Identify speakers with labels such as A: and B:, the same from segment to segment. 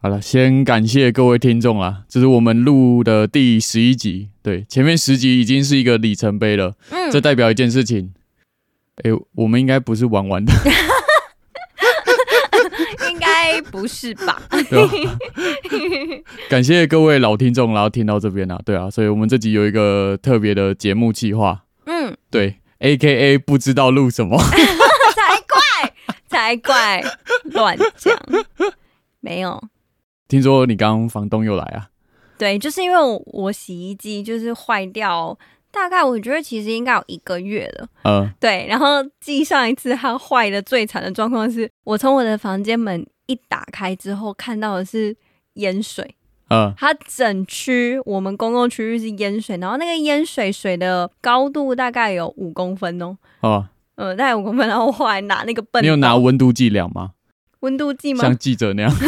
A: 好了，先感谢各位听众啦，这是我们录的第十一集，对，前面十集已经是一个里程碑了，
B: 嗯，
A: 这代表一件事情，哎、我们应该不是玩玩 的，
B: 应该不是吧？
A: 对吧？感谢各位老听众，然后听到这边啦，对啊，所以我们这集有一个特别的节目计划，
B: 嗯，
A: 对，A K A 不知道录什么，
B: 才怪，才怪，乱讲，没有。
A: 听说你刚刚房东又来啊，
B: 对，就是因为我我洗衣机就是坏掉，大概我觉得其实应该有一个月了。
A: 呃，
B: 对，然后继上一次它坏的最惨的状况是，我从我的房间门一打开之后，看到的是淹水。
A: 呃，
B: 它整区我们公共区域是淹水，然后那个淹水水的高度大概有五公分哦，
A: 哦，
B: 呃，大概五公分。然后我后来拿那个笨，
A: 你有拿温度计量吗？
B: 温度计吗？
A: 像记者那样，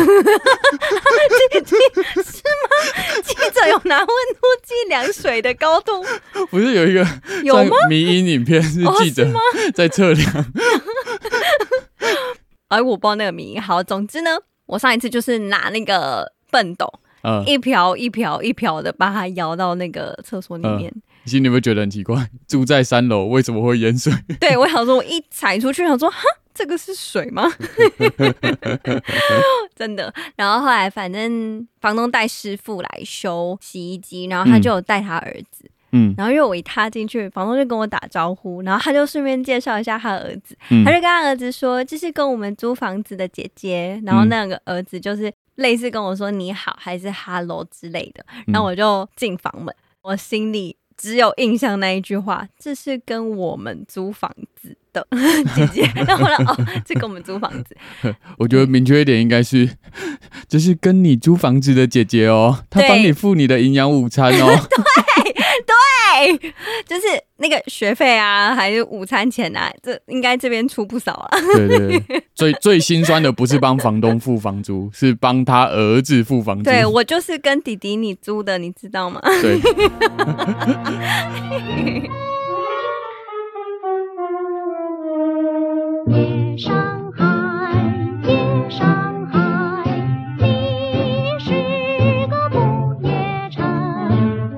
B: 记者有拿温度计量水的高度，
A: 不是有一个
B: 有吗？？
A: 迷因影片是
B: 哦
A: 记者
B: 是吗
A: 在测量，
B: 哎，我不知道那个名。好，总之呢，我上一次就是拿那个笨斗，
A: 嗯，
B: 一瓢一瓢一瓢的把它摇到那个厕所里面。
A: 心里会觉得很奇怪，住在三楼为什么会淹水？
B: 对我想说，我一踩出去，想说，哈，这个是水吗？ 真的。然后后来，反正房东带师傅来修洗衣机，然后他就有带他儿子。
A: 嗯
B: 然后因为我一踏进去，房东就跟我打招呼，然后他就顺便介绍一下他儿子。
A: 嗯
B: 他就跟他儿子说，这是跟我们租房子的姐姐，然后那个儿子就是类似跟我说你好还是 hello 之类的，然后我就进房门，我心里只有印象那一句话，这是跟我们租房子的 姐姐，然后我就哦，这跟我们租房子，
A: 我觉得明确一点应该是， 这是跟你租房子的姐姐哦，她
B: 对
A: 帮你付你的营养午餐哦，
B: 哎，就是那个学费啊，还是午餐钱啊，这应该这边出不少啊，
A: 对对对，最最心酸的不是帮房东付房租，是帮他儿子付房租，
B: 对我就是跟弟弟你租的，你知道吗？
A: 对，
C: 夜上海，夜上海，你是个不夜城。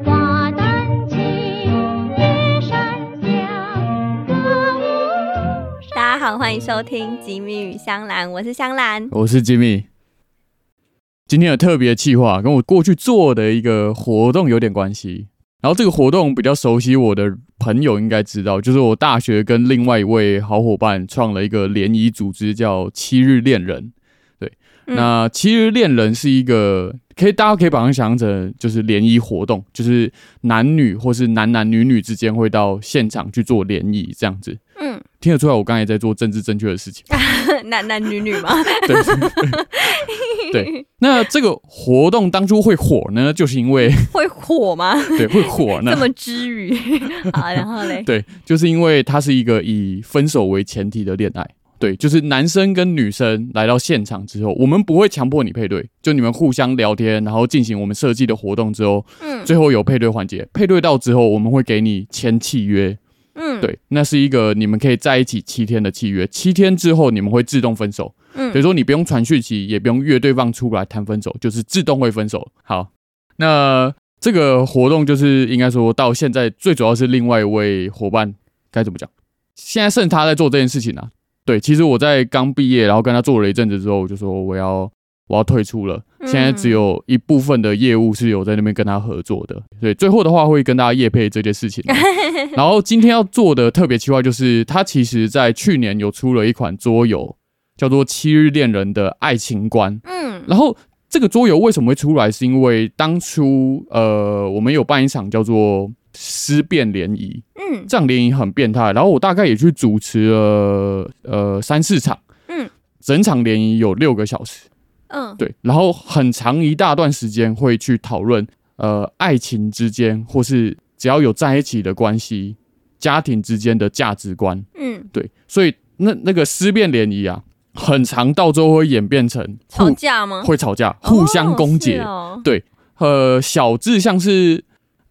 C: 花灯起，月山下，歌舞。
B: 大家好，欢迎收听《吉米与香兰》，我是香兰。
A: 我是 Jimmy。今天有特别企划，跟我过去做的一个活动有点关系。然后这个活动比较熟悉我的朋友应该知道，就是我大学跟另外一位好伙伴创了一个联谊组织，叫七日恋人。对，
B: 嗯
A: 那七日恋人是一个可以大家可以把它想象成就是联谊活动，就是男女或是男男女女之间会到现场去做联谊这样子。
B: 嗯，
A: 听得出来我刚才在做政治正确的事情。
B: 男男女女嘛，
A: 对 对，那这个活动当初会火呢，就是因 为
B: 会火吗？
A: 对会火呢
B: 这，么之 语好，然后嘞，
A: 对，就是因为它是一个以分手为前提的恋爱。对，就是男生跟女生来到现场之后，我们不会强迫你配对，就你们互相聊天，然后进行我们设计的活动之后，
B: 嗯
A: 最后有配对环节。配对到之后，我们会给你签契约，
B: 嗯，
A: 对，那是一个你们可以在一起七天的契约。七天之后，你们会自动分手，
B: 嗯
A: 所以说你不用传讯息，也不用约对方出来谈分手，就是自动会分手。好，那这个活动就是应该说到现在最主要是另外一位伙伴该怎么讲，现在剩他在做这件事情啊。对，其实我在刚毕业，然后跟他做了一阵子之后，我就说我要我要退出了。
B: 嗯
A: 现在只有一部分的业务是有在那边跟他合作的，所以最后的话会跟大家业配这件事情啊。 然后今天要做的特别企划就是，他其实在去年有出了一款桌游，叫做《七日恋人的爱情观》。
B: 嗯
A: 然后这个桌游为什么会出来，是因为当初呃，我们有办一场叫做思辨联谊，
B: 嗯
A: 这样联谊很变态。然后我大概也去主持了呃三四场，
B: 嗯，
A: 整场联谊有六个小时，
B: 嗯，
A: 对，然后很长一大段时间会去讨论呃爱情之间，或是只要有在一起的关系，家庭之间的价值观，
B: 嗯，
A: 对，所以那那个思辨联谊啊，很长到最后会演变成
B: 吵
A: 互
B: 架吗？
A: 会吵架，
B: 哦
A: 互相攻讦
B: 是。哦
A: 呃，小至像是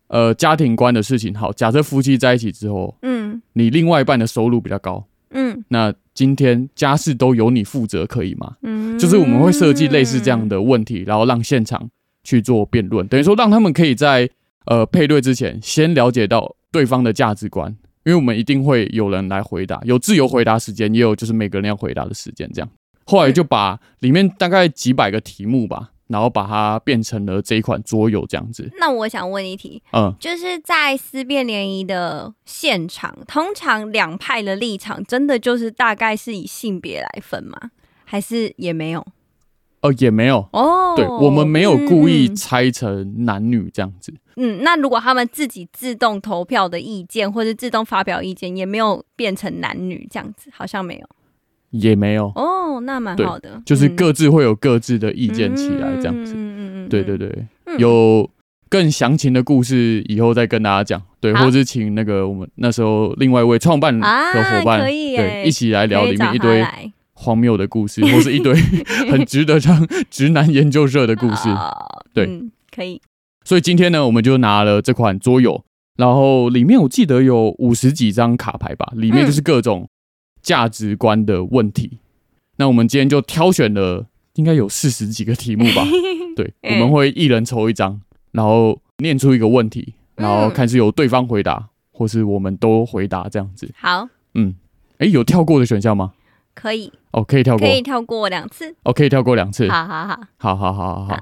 A: 呃家庭观的事情，好，假设夫妻在一起之后，
B: 嗯
A: 你另外一半的收入比较高，
B: 嗯
A: 那今天家事都由你负责，可以吗？
B: 嗯，
A: 就是我们会设计类似这样的问题，然后让现场去做辩论，等于说让他们可以在呃配对之前先了解到对方的价值观，因为我们一定会有人来回答，有自由回答时间，也有就是每个人要回答的时间这样。后来就把里面大概几百个题目吧，然后把它变成了这一款桌游这样子。
B: 那我想问一题，
A: 嗯，
B: 就是在思辨联谊的现场，通常两派的立场真的就是大概是以性别来分吗？还是也没有？
A: 呃，也没有，
B: 哦，
A: 对我们没有故意
B: 嗯
A: 拆成男女这样子。
B: 嗯。嗯那如果他们自己自动投票的意见，或者自动发表意见，也没有变成男女这样子，好像没有。
A: 也没有，
B: 哦，那蛮好的，
A: 就是
B: 嗯
A: 各自会有各自的意见起来这样子。
B: 嗯嗯嗯嗯嗯
A: 对对对，
B: 嗯
A: 有更详情的故事以后再跟大家讲。对，
B: 好
A: 或是请那个我们那时候另外一位创办
B: 啊
A: 的伙伴，
B: 可以耶
A: 对，一起来聊
B: 可以
A: 里面一
B: 找他
A: 堆
B: 来
A: 荒谬的故事，或是一 堆很值得上直男研究社的故事。
B: 哦
A: 对
B: 嗯可 以，
A: 所以今天呢，我们就拿了这款桌游，然后里面我记得有五十几张卡牌吧，里面就是
B: 嗯
A: 各种价值观的问题。那我们今天就挑选了应该有四十几个题目 吧，对，我
B: 嗯
A: 们会一人抽一张，然后念出一个问题，然后
B: 嗯
A: 看是由对方回答，或是我们都回答这样子。
B: 好，
A: 嗯，诶，有跳过的选项吗？
B: 可以，
A: 哦，可以跳
B: 可
A: 过，
B: 以跳过两次，
A: 哦，可以跳过两次。
B: 好好好，
A: 好好好好好，
B: 啊，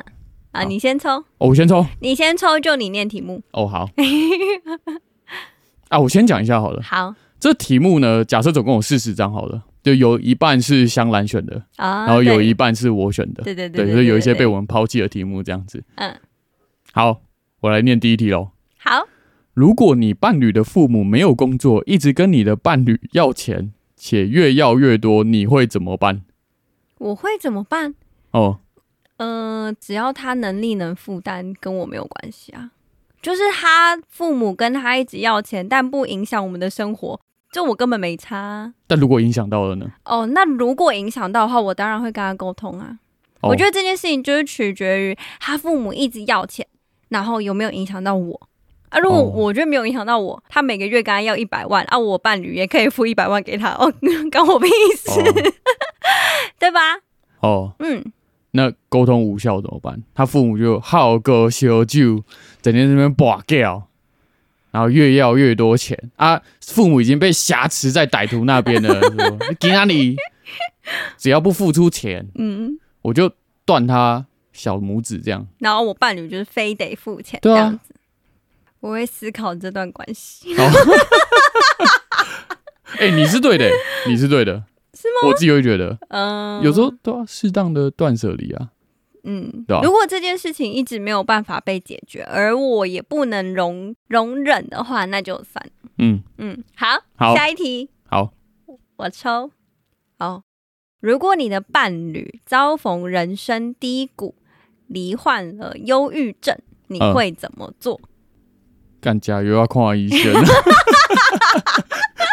A: 好
B: 你先抽，
A: 哦，我先抽。
B: 你先抽，就你念题目，
A: 哦， 好。啊，我先讲一下好了。
B: 好
A: 这题目呢，假设总共有四十张好了，就有一半是香兰选的，
B: 啊，
A: 然后有
B: 对
A: 一，半是我选的，
B: 对对
A: 对，
B: 对，
A: 所以有一些被
B: 对，
A: 我们抛弃的题目这样子。
B: 嗯，
A: 好，我来念第一题喽。
B: 好，
A: 如果你伴侣的父母没有工作，一直跟你的伴侣要钱，且越要越多，你会怎么办？
B: 我会怎么办？
A: 哦，
B: 呃，只要他能力能负担，跟我没有关系啊。就是他父母跟他一直要钱，但不影响我们的生活，就我根本没差啊、
A: 但如果影响到了呢？
B: 哦，那如果影响到的话，我当然会跟他沟通啊。
A: 哦、
B: 我觉得这件事情就是取决于他父母一直要钱，然后有没有影响到我。啊，如果
A: 哦
B: 我觉得没有影响到我，他每个月跟他要一百万，啊，我伴侣也可以付一百万给他，哦， 关我屁事，对吧？
A: 哦哦，
B: 嗯，
A: 那沟通无效怎么办？他父母就好个小酒，整天在那边拔掉，然后越要越多钱啊！父母已经被挟持在歹徒那边了，说给哪里？只要不付出钱，
B: 嗯，
A: 我就断他小拇指，这样
B: 然后我伴侣就是非得付钱，
A: 对啊
B: 这样子，我会思考这段关系，
A: 哦，哎、你是对的，你是对的，是吗？我自己会觉得，
B: 嗯，
A: 有时候，都要适当的断舍离啊。
B: 嗯
A: 对啊，
B: 如果这件事情一直没有办法被解决，而我也不能容容忍的话，那就算了，
A: 嗯，
B: 嗯，好，
A: 好
B: 下一题，
A: 好，
B: 我抽。哦，如果你的伴侣遭逢人生低谷，罹患了忧郁症，你
A: 嗯
B: 会怎么做？
A: 干加油要看医生，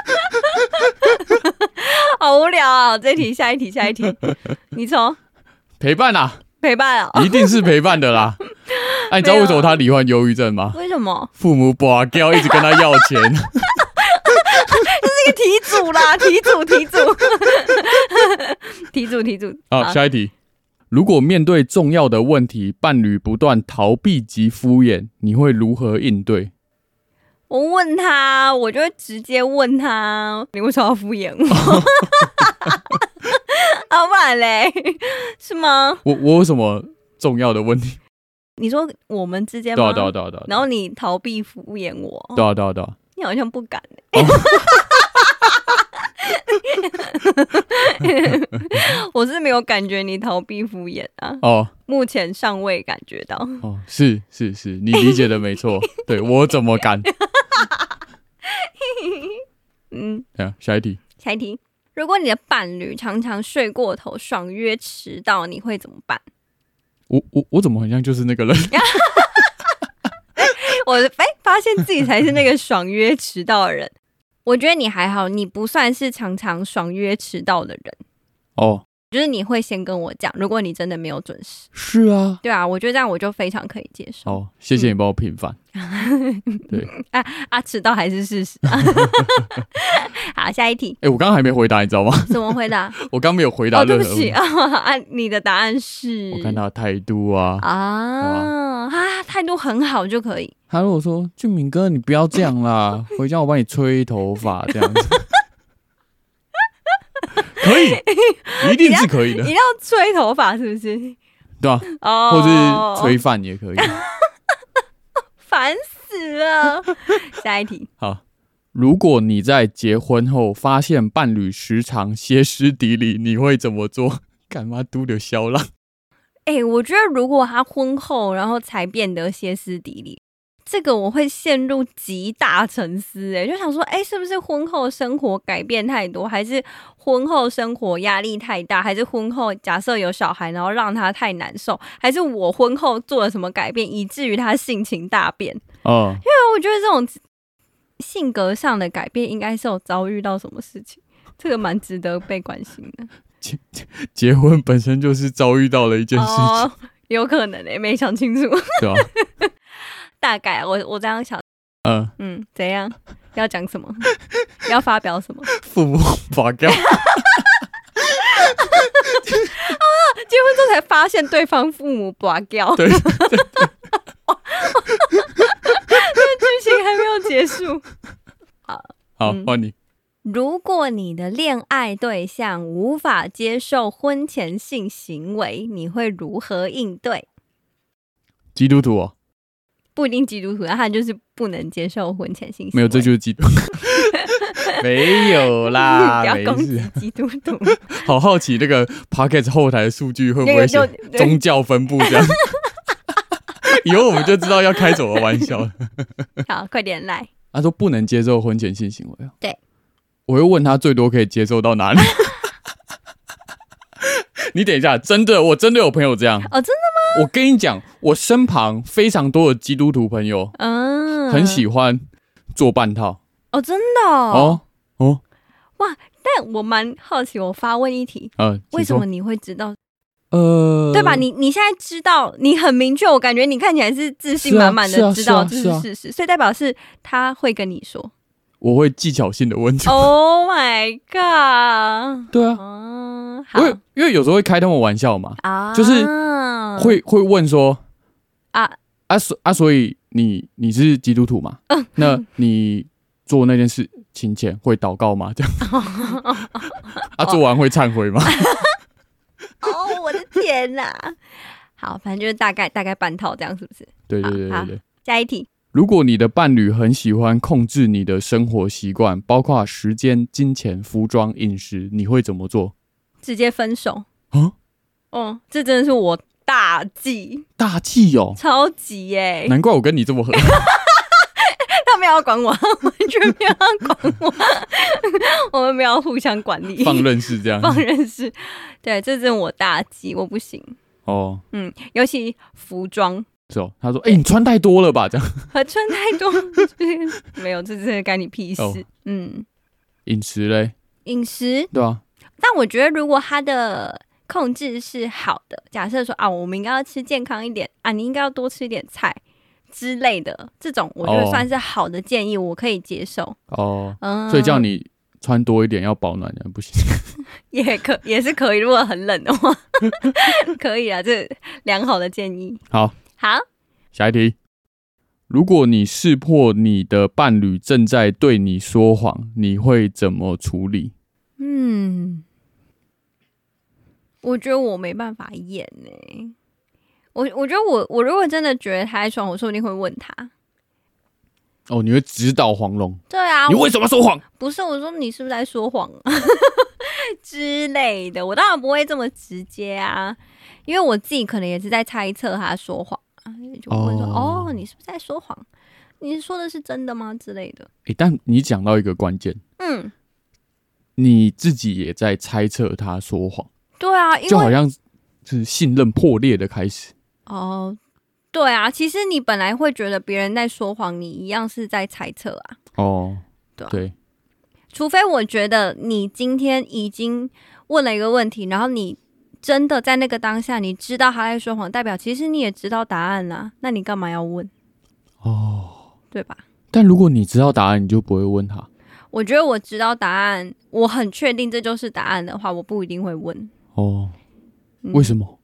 B: 好无聊啊、这题下一题下 一题，你从
A: 陪伴啊。
B: 陪伴啊、
A: 一定是陪伴的 啦。哎、你知道为什么他罹患忧郁症吗？
B: 为什么？
A: 父母把掉，一直跟他要 钱，
B: 这个题组 啦，题组题组，题组题组
A: 好，下一题。如果面对重要的问题，伴侣不断逃避及敷衍，你会如何应对？
B: 我问他，我就会直接问他，你为什么要敷衍我？ 啊，不然嘞，是吗？
A: 我我有什么重要的问题？
B: 你说我们之间
A: 对啊
B: 吗？
A: 对啊对啊对啊。
B: 然后你逃避敷衍我，
A: 对啊哦对啊对啊。
B: 你好像不敢、欸。 我是没有感觉你逃避敷衍啊，
A: 哦
B: 目前尚未感觉到。
A: 哦，是是是，你理解的没 错。对我怎么敢？
B: 嗯，
A: 对啊，下一题。
B: 下一题，如果你的伴侣常常睡过头、爽约迟到，你会怎么办？
A: 我我我怎么好像就是那个人？
B: 我哎、发现自己才是那个爽约迟到的 人。我觉得你还好，你不算是常常爽约迟到的人。
A: 哦，
B: 就是你会先跟我讲，如果你真的没有准时，
A: 是啊。
B: 对啊，我觉得这样我就非常可以接受
A: 好，谢谢你帮我平反。
B: 嗯
A: 对，
B: 啊，迟到还是事实。 好，下一题
A: 哎、我刚刚还没回答，你知道吗？
B: 怎么 回答？
A: 我刚没有回答
B: 哦，对
A: 任
B: 不
A: 何问题。
B: 起啊， 啊你的答案是
A: 嗯我看他的态度啊，
B: 啊，他态度很好就可以。
A: 他如果说俊明哥，你不要这样啦，回家我帮你吹头发这样子，可以，一定是可以 的
B: 一，定要吹头发是 不是？
A: 对吧、
B: 哦，
A: 或是吹饭也可以。
B: 烦死了。下一题，
A: 好，如果你在结婚后发现伴侣时常歇斯底里，你会怎么做？干嘛嘟的肖 浪？
B: 哎、 我觉得如果他婚后然后才变得歇斯底里，这个我会陷入极大沉思、哎，就想说，哎、是不是婚后生活改变太多，还是婚后生活压力太大，还是婚后假设有小孩，然后让他太难受，还是我婚后做了什么改变，以至于他性情大变？
A: 哦、
B: 那我觉得这种性格上的改变，应该是有遭遇到什么事情，这个蛮值得被关心的。
A: 结婚本身就是遭遇到了一件事情，
B: 哦，有可能诶、没想清楚。
A: 对吧、
B: 大概啊我我这样想，
A: 嗯、
B: 嗯，怎样？要讲什么？ 要发表什么？
A: 父母 把干，
B: 结婚之后才发现对方父母拔掉，
A: 对，
B: 剧情还没有结束。
A: 好
B: 嗯，
A: 换你。
B: 如果你的恋爱对象无法接受婚前性行为，你会如何应对？
A: 基督徒哦，
B: 不一定基督徒，但他就是不能接受婚前性行为。
A: 没有，这就是基督，没有啦，
B: 不
A: 没
B: 要攻击
A: 事。
B: 基督 徒。
A: 好好奇那个 p o c k e t 后台的数据会不
B: 那个
A: 会
B: 就
A: 写
B: 对
A: 宗教分布这样？以后我们就知道要开什么玩笑了。
B: 好，快点来。
A: 他说不能接受婚前性行为啊。
B: 对，
A: 我会问他最多可以接受到哪里。你等一下，真的，我真的有朋友这样。
B: 哦，真的，
A: 我跟你讲，我身旁非常多的基督徒朋友
B: 嗯，
A: 很喜欢做半套。
B: 哦，真的哦。
A: 哦哦，
B: 但我蛮好奇，我发问一题，
A: 嗯，
B: 为什么
A: 请
B: 你会知道？
A: 说？呃，
B: 对吧？你你现在知道，你很明确，我感觉你看起来是自信
A: 是啊
B: 满满
A: 是啊
B: 的，知道这
A: 是啊
B: 是事实，所以代表是他会跟你 说。
A: 我会技巧性的问出。
B: Oh my god！
A: 对啊，
B: 嗯，好
A: 因为因为有时候会开他们玩笑嘛，
B: 啊，
A: 就是
B: 嗯
A: 会会问说
B: 啊
A: 啊所啊，所以你你是基督徒嘛？
B: 嗯
A: 那你做那件事情前会祷告吗？ 这样啊，做完会忏悔吗？
B: 哦，我的天哪！好，反正就是大概大概半套这样，是不是？
A: 对对对
B: 好
A: 对
B: 好
A: 对。
B: 下一题，
A: 如果你的伴侣很喜欢控制你的生活习惯，包括时间、金钱、服装、饮食，你会怎么做？
B: 直接分手。
A: 啊，
B: 哦，这真的是我大忌，
A: 大忌哦！
B: 超级耶、
A: 难怪我跟你这么合。
B: 他没有要管我， 完全没有要管我， 我们没有互相管理，
A: 放任是这样
B: 放任是，对，这是我大忌，我不行。
A: 哦，
B: 嗯，尤其服装
A: 是哦。他说：“哎、你穿太多了吧？”这样。
B: 和穿太多 就是没有，这真的干你屁事。
A: 哦
B: 嗯，
A: 饮食嘞，
B: 饮食，
A: 对啊，
B: 但我觉得如果他的控制是好的，假设说啊，我们应该要吃健康一点啊，你应该要多吃一点菜之类的，这种我觉得
A: 哦
B: 算是好的建议，我可以接受。
A: 哦，
B: 嗯，
A: 所以叫你穿多一点，要保暖，不行。
B: 也可也是可以，如果很冷的话， 可以啊，这良好的建议。
A: 好，
B: 好，
A: 下一题。如果你识破你的伴侣正在对你说谎，你会怎么处理？
B: 嗯，我觉得我没办法演呢、我我觉得我我如果真的觉得他在说谎，我说不定会问他。
A: 哦，你会指导黄龙，
B: 对啊，
A: 你
B: 我
A: 为什么说 谎？
B: 不是我说你是不是在说谎啊 之类的，我当然不会这么直接啊，因为我自己可能也是在猜测他说谎啊，就问说
A: 哦
B: 哦，你是不是在说谎？你说的是真的吗？之类的。
A: 诶，但你讲到一个关键，
B: 嗯，
A: 你自己也在猜测他说谎，
B: 对啊，因
A: 就好
B: 为
A: 像是信任破裂的开始。
B: 哦，对啊，其实你本来会觉得别人在说谎，你一样是在猜测啊。
A: 哦，
B: 对啊
A: 对，
B: 除非我觉得你今天已经问了一个问题，然后你真的在那个当下，你知道他在说谎，代表其实你也知道答案啦、那你干嘛要问，
A: 哦。
B: 对吧？
A: 但如果你知道答案，你就不会问他。
B: 我觉得我知道答案，我很确定这就是答案的话，我不一定会问。
A: 哦，
B: 嗯
A: 为什么？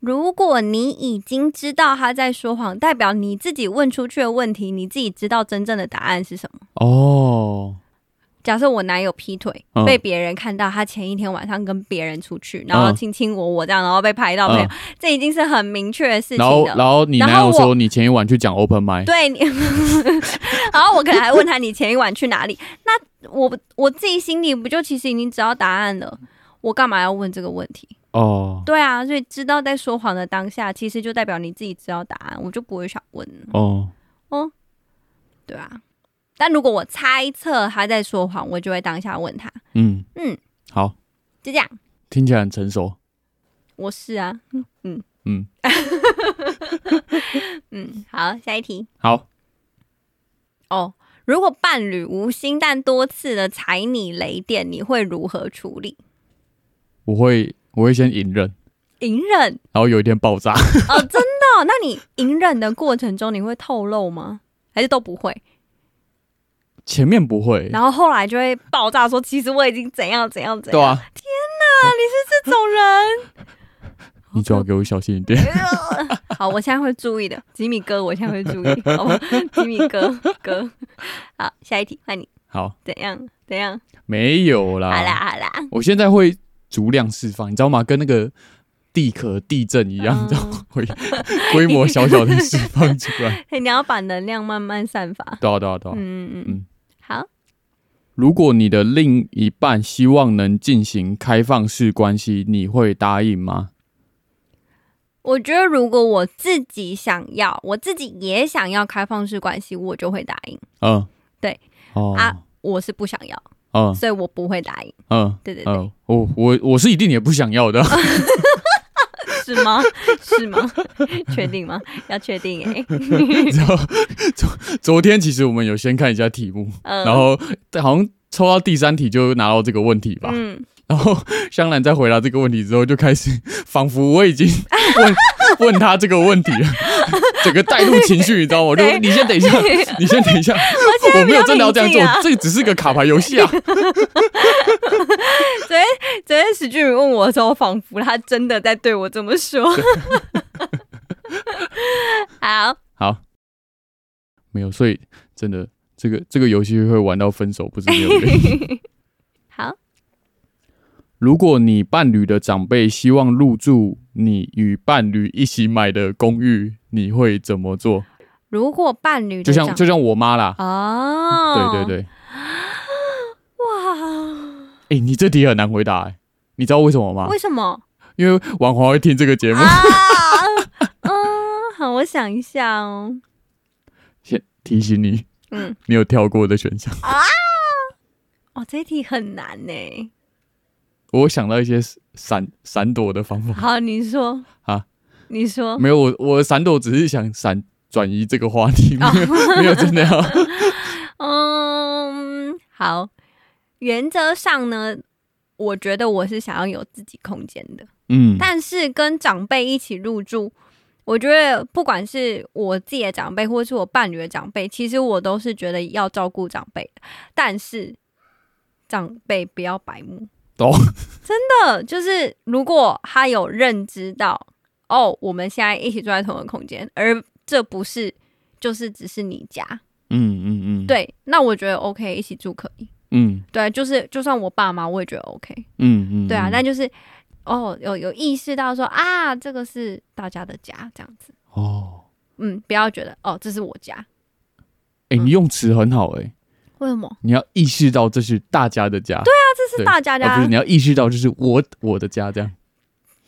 B: 如果你已经知道他在说谎，代表你自己问出去的问题，你自己知道真正的答案是什么。
A: 哦，
B: 假设我男友劈腿，
A: 嗯
B: 被别人看到他前一天晚上跟别人出去，然后
A: 嗯
B: 亲亲我我这样，然后被拍到没有？
A: 嗯
B: 这已经是很明确的事情
A: 然后
B: 了。
A: 然后你
B: 然
A: 男
B: 后
A: 友
B: 我
A: 说你前一晚去讲 open m i
B: 对，你 然后我可能还问他你前一晚去哪里？那我我自己心里不就其实已经知道答案了，我干嘛要问这个问题？
A: 哦
B: 对啊，所以知道在说谎的当下，其实就代表你自己知道答案，我就不会想问了，
A: 哦
B: 对啊。但如果我猜测他在说谎，我就会当下问他，
A: 嗯
B: 嗯，
A: 好，
B: 就这样。
A: 听起来很成熟。
B: 我是啊，
A: 嗯，
B: 嗯，好，下一题
A: 好，
B: 哦。如果伴侣无心但多次的踩你雷电，你会如何处理？
A: 我会我会先隐忍，
B: 隐忍
A: 然后有一天爆炸。
B: 哦，真的哦、那你隐忍的过程中，你会透露吗？还是都不会？
A: 前面不会，
B: 然后后来就会爆炸说，其实我已经怎样怎样怎样。
A: 对啊，
B: 这种人，
A: 你最好给我小心一点。
B: 好，我现在会注意的，吉米哥，我现在会注意，好吧？吉米哥哥，好，下一题换你，
A: 好，
B: 怎样怎样？
A: 没有啦。
B: 好啦好啦，
A: 我现在会足量释放，你知道吗？跟那个地壳地震一样，
B: 嗯
A: 你知道吗会规模小小的释放出来。
B: 嘿哎你要把能量慢慢散发。
A: 对啊，对啊，对啊。
B: 嗯嗯嗯
A: 嗯，
B: 好，
A: 如果你的另一半希望能进行开放式关系，你会答应吗？
B: 我觉得如果我自己想要，我自己也想要开放式关系，我就会答应。
A: 嗯，
B: 对。
A: 哦。
B: 啊我是不想要，
A: 嗯
B: 所以我不会答应，
A: 嗯
B: 对对对
A: 嗯，我我我是一定也不想 要的。
B: 是吗？是吗？ 确定吗？要确定哎、
A: 然后昨昨天其实我们有先看一下题目，
B: 嗯
A: 然后好像抽到第三题就拿到这个问题吧。
B: 嗯，
A: 然后香兰在回答这个问题之后，就开始仿佛我已经问问他这个问题了， 整个带入情绪，你知道吗？我就
B: 对
A: 你先等一下，你先等一下，我没有真的要这样做，
B: 我现在比较平静啊
A: 这只是个卡牌游戏啊。
B: 昨天 昨天史俊宇问我的时候，仿佛他真的在对我这么说。 好，
A: 好，没有，所以真的这个这个游戏会玩到分手，不是没有原 因。
B: 好，
A: 如果你伴侣的长辈希望入住你与伴侣一起买的公寓，你会怎么做？
B: 如果伴侣的
A: 就像
B: 长
A: 就像我妈啦，
B: 哦，
A: 对对，对，
B: 哇，
A: 哎、你这题很难回答、欸，你知道为什么吗
B: 为？什么
A: 因为婉华会听这个节目。
B: 啊？ 嗯，好，我想一下哦，
A: 先提醒你，
B: 嗯，
A: 你有跳过的选项。
B: 哦，这一题很难呢。
A: 我想到一些闪闪躲的方法，
B: 好，你说
A: 啊，
B: 你说，
A: 没有，我我的闪躲只是想闪转移这个话题，
B: 哦
A: 没有没有真的 要。
B: 嗯，好，原则上呢，我觉得我是想要有自己空间的。
A: 嗯，
B: 但是跟长辈一起入住，我觉得不管是我自己的长辈，或是我伴侣的长辈，其实我都是觉得要照顾长辈的，但是长辈不要白目。
A: 懂。
B: 真的就是，如果他有认知到，哦，我们现在一起住在同一个空间，而这不是就是只是你家，
A: 嗯嗯嗯，，
B: 对，那我觉得 OK，一起住可以。
A: 嗯
B: 对，就是就算我爸妈，我也觉得 OK。
A: 嗯嗯，
B: 对啊，
A: 嗯
B: 但就是哦，有有意识到说啊，这个是大家的家这样子，
A: 哦，
B: 嗯，不要觉得哦，这是我家，
A: 哎、你用词很好、欸，
B: 为什么？
A: 你要意识到这是大家的家，对啊，
B: 啊这是大家家，
A: 不是你要意识到这是我我的家这 样。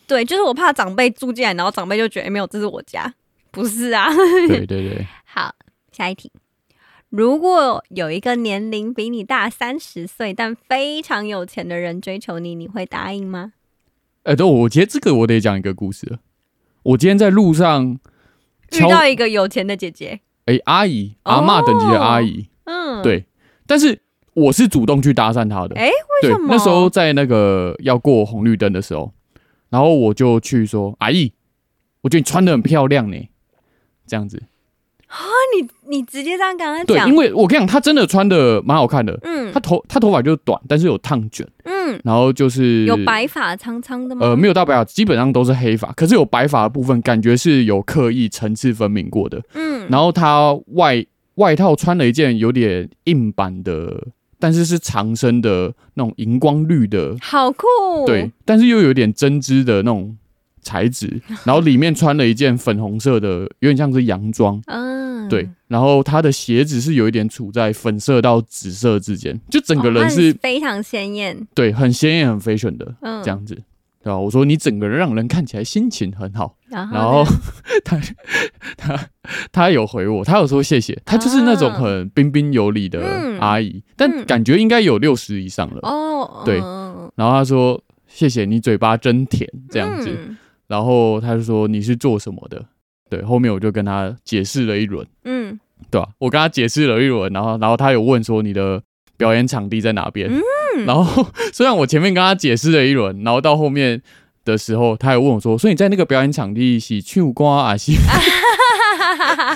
B: 对，就是我怕长辈住进来，然后长辈就觉得、哎诶没有，这是我家，不是啊。
A: 对对对，
B: 好，下一题。如果有一个年龄比你大三十岁但非常有钱的人追求你，你会答应吗？
A: 哎、对，我觉得这个我得讲一个故事了。我今天在路上
B: 遇
A: 敲
B: 到一个有钱的姐姐，哦
A: 哎、阿姨阿嬷等级的阿姨，
B: 嗯，
A: 对，但是我是主动去搭讪他的。
B: 哎、为
A: 对
B: 什，么？
A: 那时候在那个要过红绿灯的时候，然后我就去说：“阿姨，我觉得你穿的很漂亮呢。”这样子，
B: 你你直接这样跟他
A: 对，
B: 讲
A: 因，为我跟你讲，她真的穿的蛮好看的。
B: 嗯
A: 她头她头发就是短，但是有烫卷，
B: 嗯，
A: 然后就是
B: 有白发苍苍的吗？
A: 呃，没有到白发，基本上都是黑发，可是有白发的部分，感觉是有刻意层次分明过的。
B: 嗯，
A: 然后她外外套穿了一件有点硬版的，但是是长身的那种荧光绿的
B: 好酷，
A: 对，，但是又有点针织的那种材 质，然后里面穿了一件粉红色的，有点像是洋装，
B: 嗯，
A: 对，然后它的鞋子是有一点处在粉色到紫色之间，就整个
B: 哦
A: 人
B: 那
A: 是、
B: 非常鲜艳，
A: 对很鲜艳、很 fashion 的
B: 嗯，
A: 这，样子。对啊吧？我说你整个人让人看起来心情很好，
B: 然后
A: 然后
B: 呢
A: 他他他有回我，他有说谢谢，他就是那种
B: 啊
A: 很彬彬有礼的
B: 嗯
A: 阿姨，但
B: 嗯
A: 感觉应该有六十以上了。
B: 哦，
A: 对
B: 嗯
A: 然后他说谢谢你嘴巴真甜这样子，
B: 嗯
A: 然后他就说你是做什么的？对，后面我就跟他解释了一轮，
B: 嗯，
A: 对吧、啊我跟他解释了一轮，然后然后他有问说你的表演场地在哪边？
B: 嗯
A: 然后 虽然我前面跟他解释了一轮，然后到后面的时候，他有问我说，所以你在那个表演场地是唱歌啊是？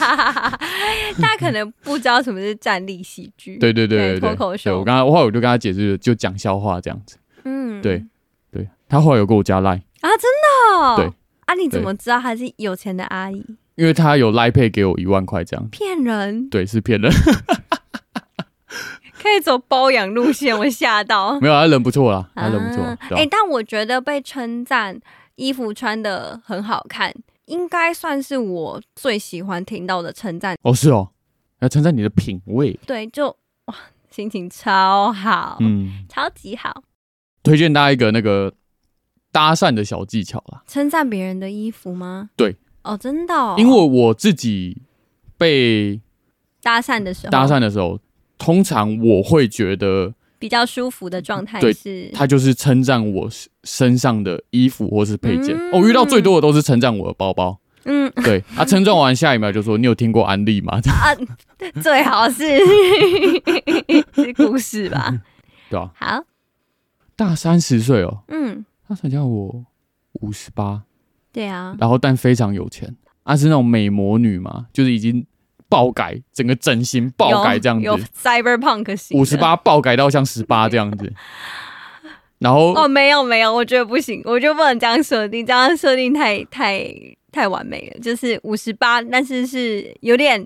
B: 他可能不知道什么是站立喜剧，
A: 对对对对
B: 脱
A: 对，
B: 口
A: 对
B: 秀
A: 我刚才后来我就跟他解释，就讲笑话这样子。
B: 嗯，
A: 对对，他后来有给我加 line，
B: 啊，真的、哦，
A: 对
B: 啊，你怎么知道她是有钱的阿姨？
A: 因为他有 line pay 给我一万块这样。
B: 骗人，
A: 对，是骗人，
B: 可以走包养路线，我吓到。
A: 没有，啊他人不错啦，他人不错
B: 啊。
A: 对吧
B: 诶但我觉得被称赞衣服穿的很好看，应该算是我最喜欢听到的称赞。
A: 哦，是哦，要称赞你的品味。
B: 对，就哇，心情超好，
A: 嗯，
B: 超级好。
A: 推荐大家一个那个搭讪的小技巧啦，
B: 称赞别人的衣服吗？
A: 对，
B: 哦，真的、哦，
A: 因为我自己被
B: 搭讪的时候，
A: 搭讪的时候，通常我会觉得
B: 比较舒服的状态
A: 对
B: 是，
A: 他就是称赞我身身上的衣服或是配件。
B: 嗯
A: 我、遇到最多的都是称赞我的包包。
B: 嗯
A: 对，他称赞完下一秒就说：“你有听过安利吗？”
B: 啊，最好是是故事吧。
A: 对吧、
B: 好，
A: 大三十岁哦，
B: 嗯，
A: 他才叫我五十八，
B: 对啊，
A: 然后但非常有钱，她、是那种美魔女嘛，就是已经爆改整个整形爆改这样子，
B: 有有 cyberpunk 型的
A: 五十八爆改到像十八这样子。然后
B: 哦，没有没有，我觉得不行，我就不能这样设定，这样设定太太太完美了。就是五十八，但是是有点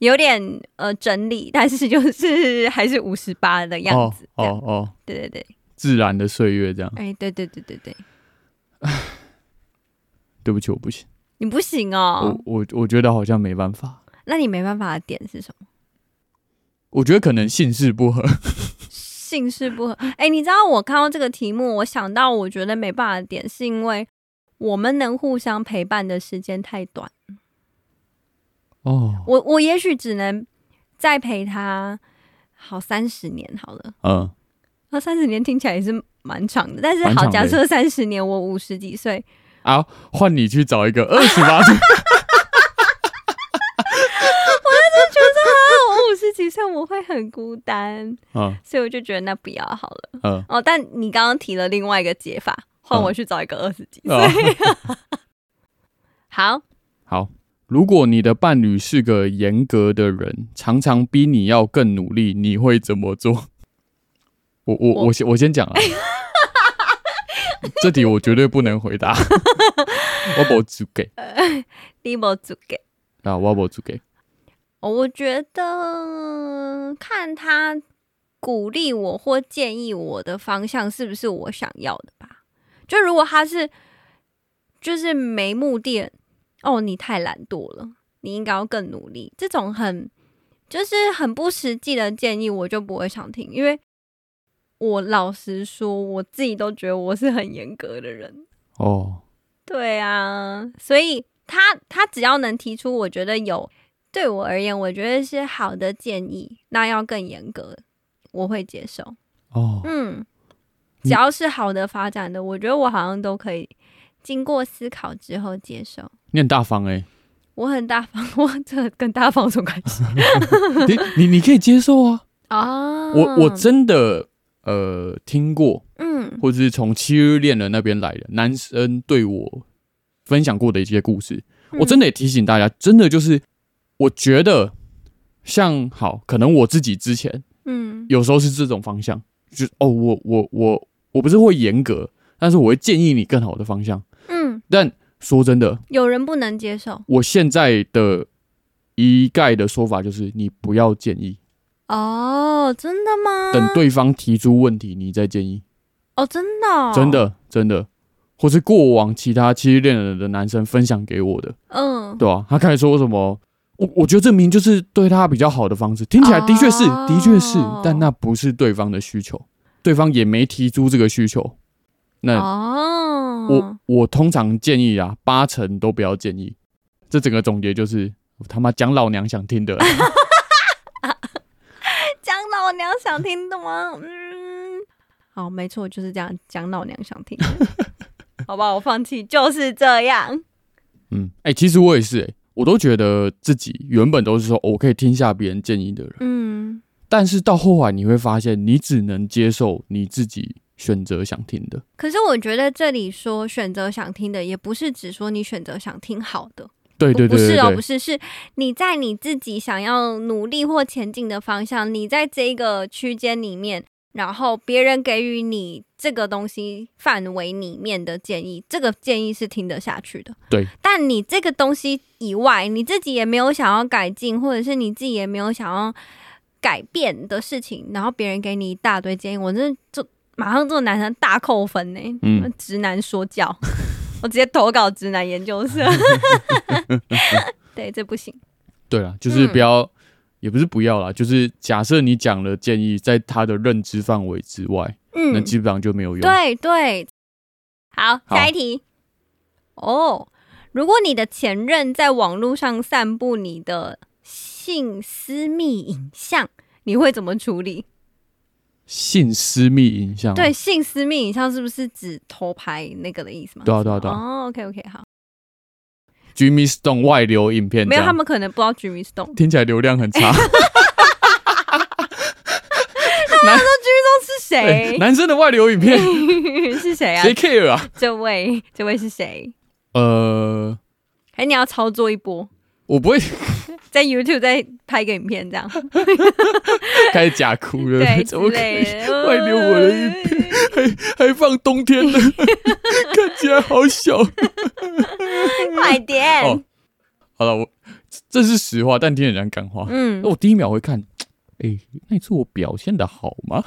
B: 有点呃整理，但是就是 还是五十八的样
A: 哦
B: 子。
A: 哦
B: 这样
A: 哦，
B: 对对对，
A: 自然的岁月这样。
B: 哎，对对对对对，
A: 对不起，我不行，
B: 你不行哦，
A: 我我我觉得好像没办法，
B: 那你没办法的点是什么？
A: 我觉得可能姓氏不合。
B: 姓氏不合。哎、你知道我看到这个题目，我想到我觉得没办法的点，是因为我们能互相陪伴的时间太短。
A: 哦，
B: 我我也许只能再陪他好三十年好了。
A: 嗯，
B: 那三十年听起来也是蛮长的，但是
A: 蛮长
B: 好，
A: 的
B: 假设三十年我五十几岁，
A: 啊，换你去找一个二十八岁，
B: 觉得啊我五十几岁我会很孤单，
A: 嗯
B: 所以我就觉得那不要好了。
A: 嗯，
B: 哦，但你刚刚提了另外一个解法，换
A: 嗯
B: 我去找一个二十几岁。
A: 哦
B: 好，
A: 好，如果你的伴侣是个严格的人，常常逼你要更努力，你会怎么做？ 我我我先我先讲啊，这题我绝对不能回答，我不足给
B: 第一波组给。
A: 啊，我不足给，
B: 哦我觉得看他鼓励我或建议我的方向是不是我想要的吧。就如果他是就是没目的，哦，你太懒惰了，你应该要更努力，这种很就是很不实际的建议，我就不会想听，因为我老实说，我自己都觉得我是很严格的人。
A: 哦，
B: 对啊，所以他他只要能提出，我觉得有对我而言，我觉得是好的建议，那要更严格，我会接受。
A: 哦，
B: 嗯，
A: 你
B: 只要是好的发展的，我觉得我好像都可以经过思考之后接受。
A: 你很大方哎、
B: 我很大方，我这跟大方有什么关系？
A: 你你你可以接受啊，
B: 哦，
A: 我我真的呃听过，
B: 嗯
A: 或者是从七日恋人那边来的男生对我分享过的一些故事，
B: 嗯
A: 我真的也提醒大家，真的就是我觉得像好，可能我自己之前
B: 嗯
A: 有时候是这种方向，就是哦，我我我我不是会严格，但是我会建议你更好的方向。
B: 嗯，
A: 但说真的，
B: 有人不能接受
A: 我现在的一概的说法就是，你不要建议，
B: 哦，真的吗？
A: 等对方提出问题，你再建议。
B: 哦，真的哦
A: 真，的真的，或是过往其他七实恋人的男生分享给我的，
B: 嗯，
A: 对啊，他开始说什么，我我觉得这明明就是对他比较好的方式，听起来的确是，
B: 哦
A: 的确是，但那不是对方的需求，对方也没提出这个需求。那
B: 哦，
A: 我我通常建议啊，八成都不要建议。这整个总结就是，他妈讲老娘想听的啦，
B: 讲老娘想听的吗？嗯，好，没错，就是这样，讲老娘想听的。 好吧，我放弃，就是这样。
A: 嗯，哎、其实我也是、欸，我都觉得自己原本都是说、哦我可以听下别人建议的人。
B: 嗯，
A: 但是到后来你会发现，你只能接受你自己选择想听的。
B: 可是我觉得这里说选择想听的，也不是只说你选择想听好的，
A: 对对
B: 不
A: 对
B: 不
A: 对
B: 是哦，不
A: 对，
B: 是，是你在你自己想要努力或前进的方向，你在这一个区间里面，然后别人给予你这个东西范围里面的建议，这个建议是听得下去的。
A: 对，
B: 但你这个东西以外，你自己也没有想要改进，或者是你自己也没有想要改变的事情，然后别人给你一大堆建议，我真的就马上这种男生大扣分呢、
A: 嗯
B: 直男说教， 我直接投稿直男研究社。 对，这不行。
A: 对啦，
B: 嗯
A: 就是不要，也不是不要啦，就是假设你讲的建议在他的认知范围之外，那
B: 嗯，
A: 基本上就没有用。
B: 对对。好，
A: 好
B: 下一题。哦，如果你的前任在网络上散布你的性私密影像，你会怎么处理？
A: 性私密影像。
B: 对，性私密影像是不是指偷拍那个的意思吗？
A: 对啊对啊对啊
B: 哦，OK OK，好，
A: ，Jimmy Stone 外流影片这
B: 没有，
A: 样，
B: 他们可能不知道 Jimmy Stone，
A: 听起来流量很 差。
B: 是谁？
A: 男生的外流影片
B: 是谁啊
A: 谁？care 啊？
B: 这位，这位是谁？
A: 呃，
B: 还是你要操作一波，
A: 我 不会
B: 在 YouTube 再拍个影片 这样，
A: 开始假哭了，
B: 对
A: 怎
B: 之
A: 么可以
B: 类的，
A: 外流我的影
B: 片。
A: 还放冬天的？看起来好小。
B: 快点，
A: 哦好了，我这这是实话，但听人家干话。
B: 嗯
A: 那，我第一秒会看，哎、那一次我表现的好吗？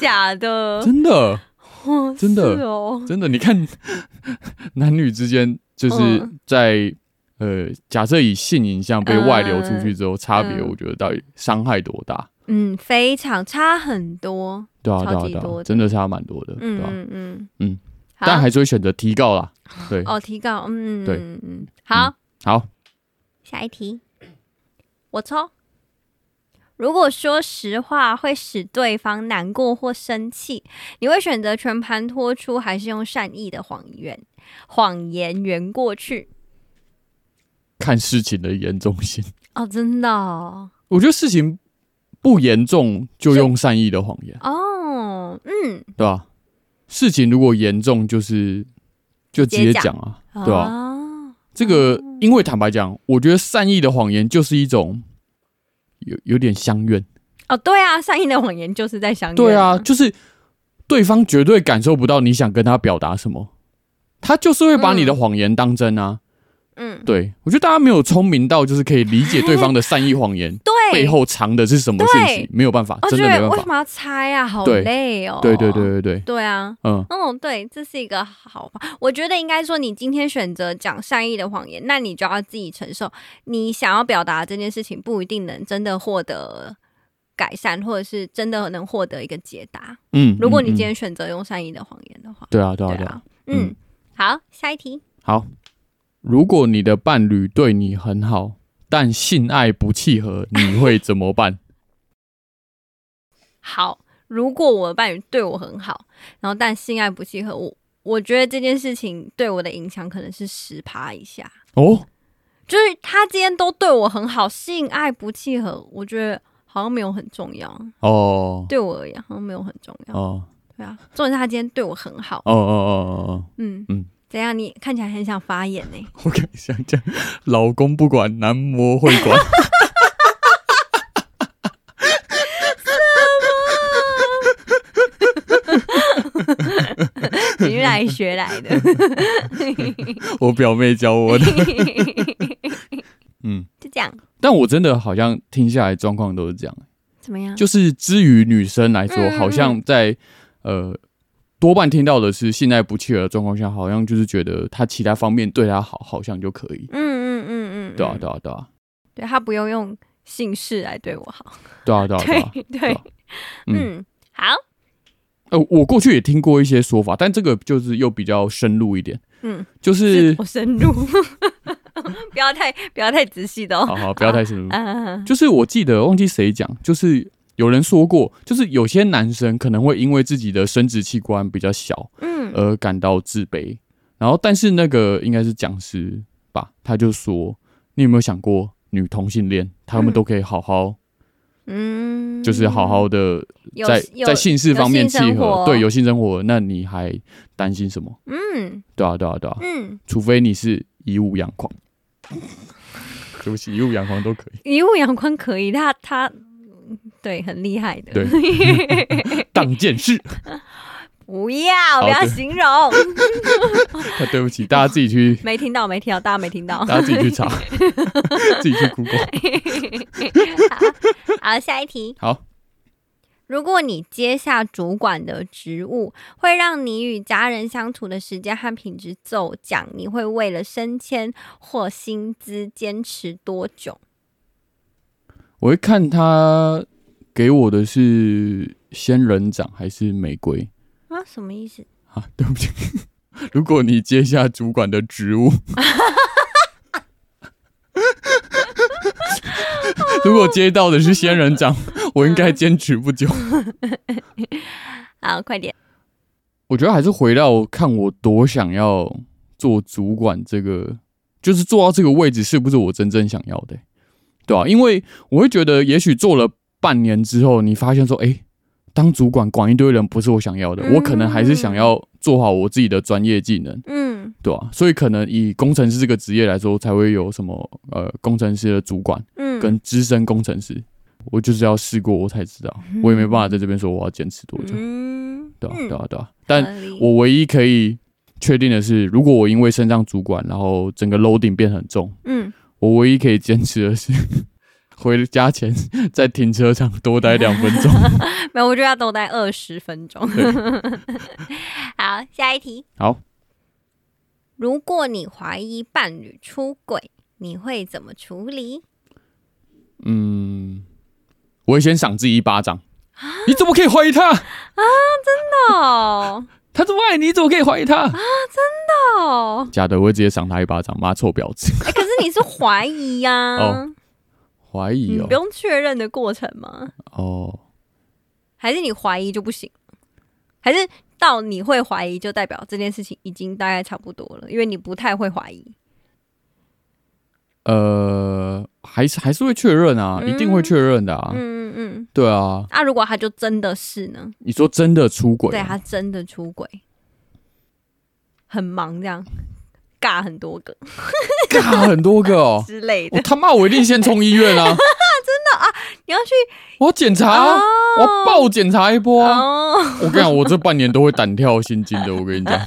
B: 假的，
A: 真的，
B: 哦
A: 真的
B: 是哦，
A: 真的，你看 男女之间就是
B: 嗯
A: 在、呃，假设以性影像被外流出去之后，差别
B: 嗯
A: 我觉得到底伤害多大？
B: 嗯，非常差很多，
A: 对啊，对
B: 超
A: 啊，
B: 级
A: 对
B: 多
A: 啊，
B: 的
A: 真的差蛮多的，对
B: 嗯
A: 吧、
B: 嗯嗯
A: 嗯，
B: 好
A: 但还是会选择提告 啦。对，
B: 哦提告，嗯，
A: 对
B: 嗯嗯，好，
A: 好，
B: 下一题，我抽。如果说实话会使对方难过或生气，你会选择全盘托出，还是用善意的谎言谎言圆过去？
A: 看事情的严重性。
B: 哦，真的哦，
A: 我觉得事情不严重，就用善意的谎言，
B: 哦嗯，
A: 对吧、事情如果严重，就是就直接讲啊，对吧、
B: 哦
A: 这个，因为坦白讲，我觉得善意的谎言就是一种有有点相怨，
B: 哦，对啊，善意的谎言就是在相约
A: 对啊，，就是对方绝对感受不到你想跟他表达什么，他就是会把你的谎言当真啊。
B: 嗯，
A: 对我觉得大家没有聪明到，就是可以理解对方啊的善意谎言
B: 对，
A: 背后藏的是什么信息
B: 对，
A: 没有办法，
B: 哦，
A: 真的
B: 对
A: 没
B: 为
A: 办
B: 什
A: 法。
B: 么要猜啊？好
A: 对
B: 累哦。
A: 对对对，对对，
B: 对啊，
A: 嗯。
B: 嗯，对，这是一个好方。我觉得应该说，你今天选择讲善意的谎言，那你就要自己承受，你想要表达这件事情不一定能真的获得改善，或者是真的能获得一个解答。
A: 嗯，
B: 哦如果你
A: 嗯嗯
B: 今天选择用善意的谎言的话，
A: 对啊，对啊，
B: 对
A: 对啊
B: 啊，，嗯，好，下一
A: 嗯
B: 题。
A: 好。如果你的伴侣对你很好，但性爱不契合，你会怎么办？
B: 好，如果我的伴侣对我很好，然后但性爱不契合，我我觉得这件事情对我的影响可能是十趴以下。
A: 哦，
B: 就是他今天都对我很好，性爱不契合，我觉得好像没有很重要，
A: 哦，
B: 对我而言好像没有很重要。
A: 哦，
B: 对啊，重点是他今天对我很好。
A: 哦哦哦哦嗯
B: 嗯嗯，怎样？你看起来很想发言呢、
A: 哦，我敢想讲，老公不管，男模会 管。
B: 你是来学 来的。
A: 我表妹教我的。嗯，
B: 就这样，
A: 但我真的好像听下来状况都是这样，
B: 怎么样？
A: 就是之于女生来说，
B: 嗯
A: 好像在呃多半听到的是现在不契合的状况下，好像就是觉得他其他方面对她好，好像就可以
B: 嗯。嗯嗯嗯，
A: 对啊，
B: 嗯
A: 对啊，对啊，
B: 对他不用用姓氏来对我好。
A: 对啊，对啊，对啊。
B: 对
A: 啊
B: 对，
A: 嗯
B: 嗯，好，
A: 呃，我过去也听过一些说法，但这个就是又比较深入一点，
B: 嗯，
A: 就是
B: 我深入， 不要太不要太仔细的哦。
A: 好好不要太深入，
B: 嗯，
A: 就是我记得忘记谁讲，就是有人说过，就是有些男生可能会因为自己的生殖器官比较小
B: 嗯
A: 而感到自卑，然后但是那个应该是讲师吧，他就说，你有没有想过女同性恋他们
B: 嗯
A: 都可以好好，
B: 嗯，
A: 就是好好的
B: 有
A: 在
B: 嗯有
A: 在性事方面契
B: 有性生
A: 合，
B: 活
A: 对，有性生活，那你还担心什么？
B: 嗯
A: 对啊，对啊，对啊，
B: 嗯，
A: 除非你是以物养狂。 对不起，以物养狂都可 以。
B: 一物阳光可以，他他对很厉害的。
A: 对，当件事。
B: 不要
A: 好
B: 不要
A: 对
B: 形容，
A: 对不起，大家自己去
B: 没听到没听到，大家没 听到。
A: 大家自己去查，自己去 Google。
B: 好，下一题。
A: 好，
B: 如果你接下主管的职务，会让你与家人相处的时间和品质骤降，你会为了升迁或薪资坚持多久？
A: 我会看他给我的是仙人掌还是玫瑰
B: 啊，什么意思？
A: 啊？对不起， 如果你接下主管的职务， 如果接到的是仙人掌，我应该坚持不久。
B: 好，啊快点。
A: 我觉得还是回到看我多想要做主管这个，就是做到这个位置是不是我真正想要的、欸对啊，因为我会觉得，也许做了半年之后，你发现说，哎、当主管管一堆人不是我想要的，
B: 嗯
A: 我可能还是想要做好我自己的专业技能，
B: 嗯
A: 对啊，所以可能以工程师这个职业来说，才会有什么呃工程师的主管
B: 嗯，
A: 跟资深工程师，我就是要试过我才知道，我也没办法在这边说我要坚持多久，
B: 嗯，
A: 对啊，
B: 嗯
A: 对啊，对啊，但
B: 合理
A: 我唯一可以确定的是，如果我因为升上主管，然后整个 loading 变很重，
B: 嗯，
A: 我唯一可以坚持的是 回家前在停车场多待两分 钟。
B: 没有，我就要等待二十分钟。 好，下一题。
A: 好，
B: 如果你怀疑伴侣出轨，你会怎么处理？
A: 嗯，我会先赏自己一巴
B: 啊
A: 掌。你怎么可以怀疑他？
B: 哦
A: 他这么爱你，你怎么可以怀疑他？
B: 哦，
A: 假的，我会直接赏他一巴掌，妈臭婊 子！
B: 哎、可是你是怀疑呀、
A: 哦怀疑
B: 你
A: 哦
B: 不，用确认的过程吗？
A: 哦，
B: 还是你怀疑就不行？还是到你会怀疑，就代表这件事情已经大概差不多了，因为你不太会怀疑。
A: 呃，还是还是会确认啊，一定会确认的啊，
B: 嗯嗯嗯嗯。
A: 对啊。
B: 那、如果他就真的是呢？
A: 你说真的出轨
B: 对
A: 啊？
B: 他真的出轨，很忙这样，尬很多个啊
A: 尬很多个哦。
B: 之类的
A: 我，他妈，我一定先冲医 院啊！
B: 你要去
A: 我要检查啊，
B: 哦
A: 我要爆检查一波啊！
B: 哦，
A: 我跟你讲，我这半年都会胆跳心惊的，我跟你讲，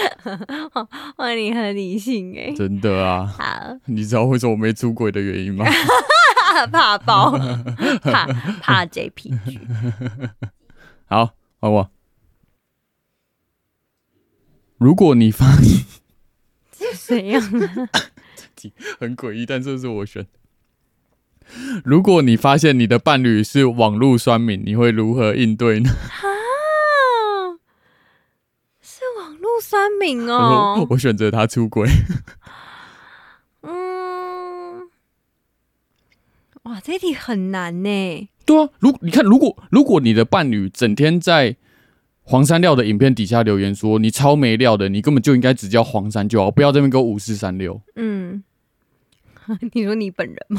B: 哇，你很理性哎、
A: 真的啊！
B: 好
A: 你知道为什么我没出轨的原因 吗？
B: 怕怕爆， 怕怕 JPG。
A: 好，好不好？如果你发
B: 怎样？
A: 很诡异，但这是我选。如果你发现你的伴侣是网络酸民，你会如何应对呢？
B: 啊，是网络酸民哦。
A: 我选择他出轨。
B: 嗯，哇，这一题很难欸呢。
A: 对啊，如你看，如果如果你的伴侣整天在黄山料的影片底下留言说你超没料的，你根本就应该只叫黄山就好，不要这边给我五四三六。
B: 嗯， 你说你本人吗？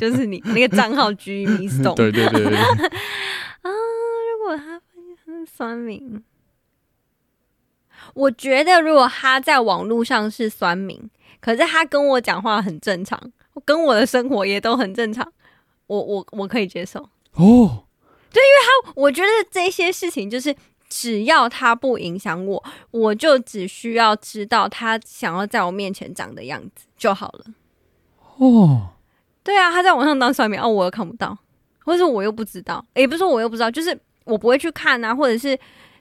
B: 就是你那个账号 G m i s t o
A: 对对对对，
B: 啊，如果他他是酸民，我觉得如果他在网络上是酸民，可是他跟我讲话很正常，跟我的生活也都很正常，我我我可以接受。
A: 哦，
B: 我觉得这些事情就是。只要他不影响我，我就只需要知道他想要在我面前长的样子就好了。
A: 哦，
B: 对啊，他在网上当酸民，哦，我又看不到，或者我又不知道，也不是说我又不知道，就是我不会去看啊，或者是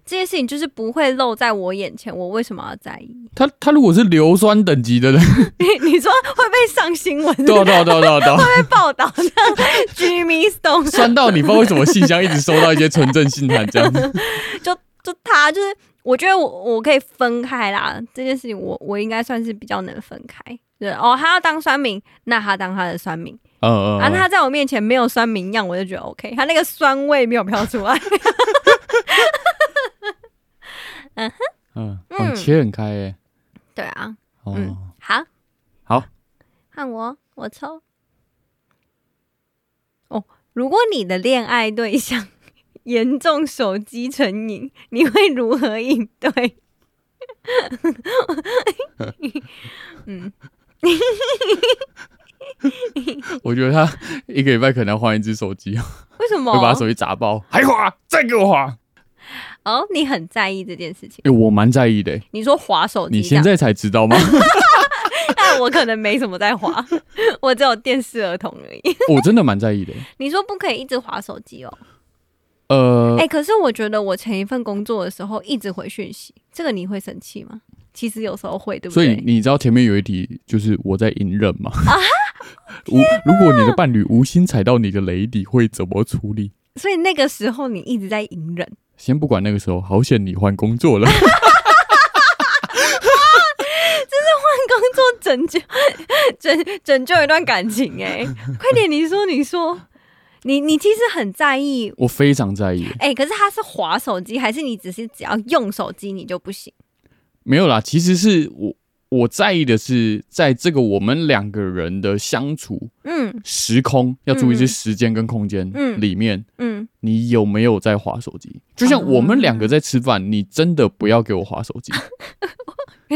B: 这些事情就是不会露在我眼前，我为什么要在意？
A: 他他如果是硫酸等级的人，
B: 你你说会被上新闻，
A: 对啊对啊对啊对啊对啊，
B: 被报道的 Jimmy Stone
A: 酸到你不知道为什么信箱一直收到一些纯正信函这样子。
B: 就就他就是，我觉得我我可以分开啦，这件事情我我应该算是比较能分开。对哦，他要当酸民，那他当他的酸民，
A: 嗯嗯，
B: 然后
A: 嗯
B: 他在我面前没有酸民样，我就觉得 OK，他那个酸味没有飘出来。
A: 嗯，
B: 嗯
A: 哦你切很开诶。
B: 对啊，嗯
A: 哦，，
B: 好，
A: 好，
B: 看我，我抽。哦，如果你的恋爱对象严重手机成瘾，你会如何应 对？嗯，
A: 我觉得他一个礼拜可能要换一只手机，
B: 为什么
A: 会？把手机砸爆，还滑，再给我滑。
B: 哦，你很在意这件事情。
A: 哎，我蛮在意的欸。
B: 你说滑手机
A: 你
B: 这
A: 现
B: 样，
A: 在才知道吗？
B: 但我可能没什么在滑， 我只有电视儿童而已。
A: 我真的蛮在意的欸。
B: 你说不可以一直滑手机哦？
A: 呃
B: 哎、，可是我觉得我前一份工作的时候一直回讯息，这个你会生气吗？其实有时候会，对不
A: 所
B: 对？
A: 以你知道前面有一题就是我在隐忍嘛？
B: 啊
A: 无，如果你的伴侣无心踩到你的雷，你会怎么处理？
B: 所以那个时候你一直在隐忍，
A: 先不管那个时候，好险你换工作 了。
B: 工作拯救 拯拯救一段感情、 哎，快点，你说，你说，你你其实很在意，
A: 我非常在意，
B: 哎、可是他是滑手机，还是你只是只要用手机你就不行？
A: 没有啦，其实是我我在意的是，在这个我们两个人的相处
B: 嗯
A: 时空，要注意
B: 嗯
A: 是时间跟空间
B: 嗯哦
A: 里面，
B: 嗯，
A: 你有没有在划手机？就像我们两个在吃饭，你真的不要给我划手机。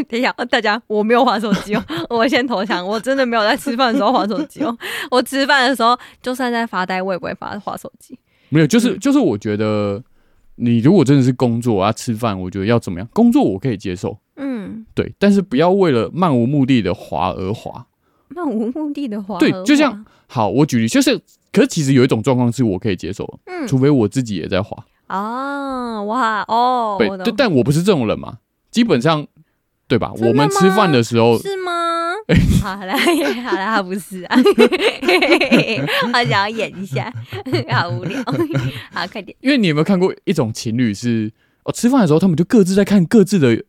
B: 等一下，大家，我没有滑手 机哦，我先投降，我真的没有在吃饭的时候滑手机哦， 我吃饭的时候就算在发呆，我也不会发滑手机。
A: 没有，就是
B: 嗯
A: 就是，我觉得你如果真的是工作啊，吃饭，我觉得要怎么样？工作我可以接受，
B: 嗯，
A: 对，但是不要为了漫无目的的滑而滑。
B: 漫无目的的滑而滑，
A: 对就像好，我举例，就是，可是其实有一种状况是我可以接受的，
B: 嗯
A: 除非我自己也在滑。
B: 啊，哇哦，
A: 对
B: 我，懂
A: 但但我不是这种人嘛，基本上对吧？
B: 真的
A: 我们吃饭的时候，
B: 是 吗？好了， 好了，他不是啊， 他想要演一下， 好无聊， 好快点，
A: 因为你有没有看过一种情侣是哦，吃饭的时候他们就各自在看各自的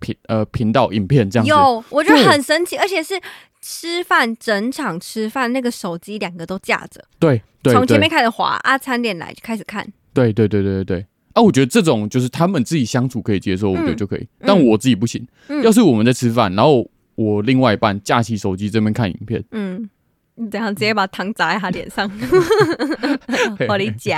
A: 频呃频道影片这样子，
B: 有，我觉得
A: 对
B: 很神奇，而且是吃饭整场吃饭，那个手机两个都架着，
A: 对对
B: 从前面
A: 对
B: 开始滑啊，餐点来就开始看，
A: 对对对对对。啊，我觉得这种就是他们自己相处可以接受，我觉得
B: 嗯
A: 就可以，但我自己不行。
B: 嗯
A: 要是我们在吃饭，然后我另外一半架起手机这边看影 片，
B: 嗯。你等一下直接把糖砸在他脸上， 我理解。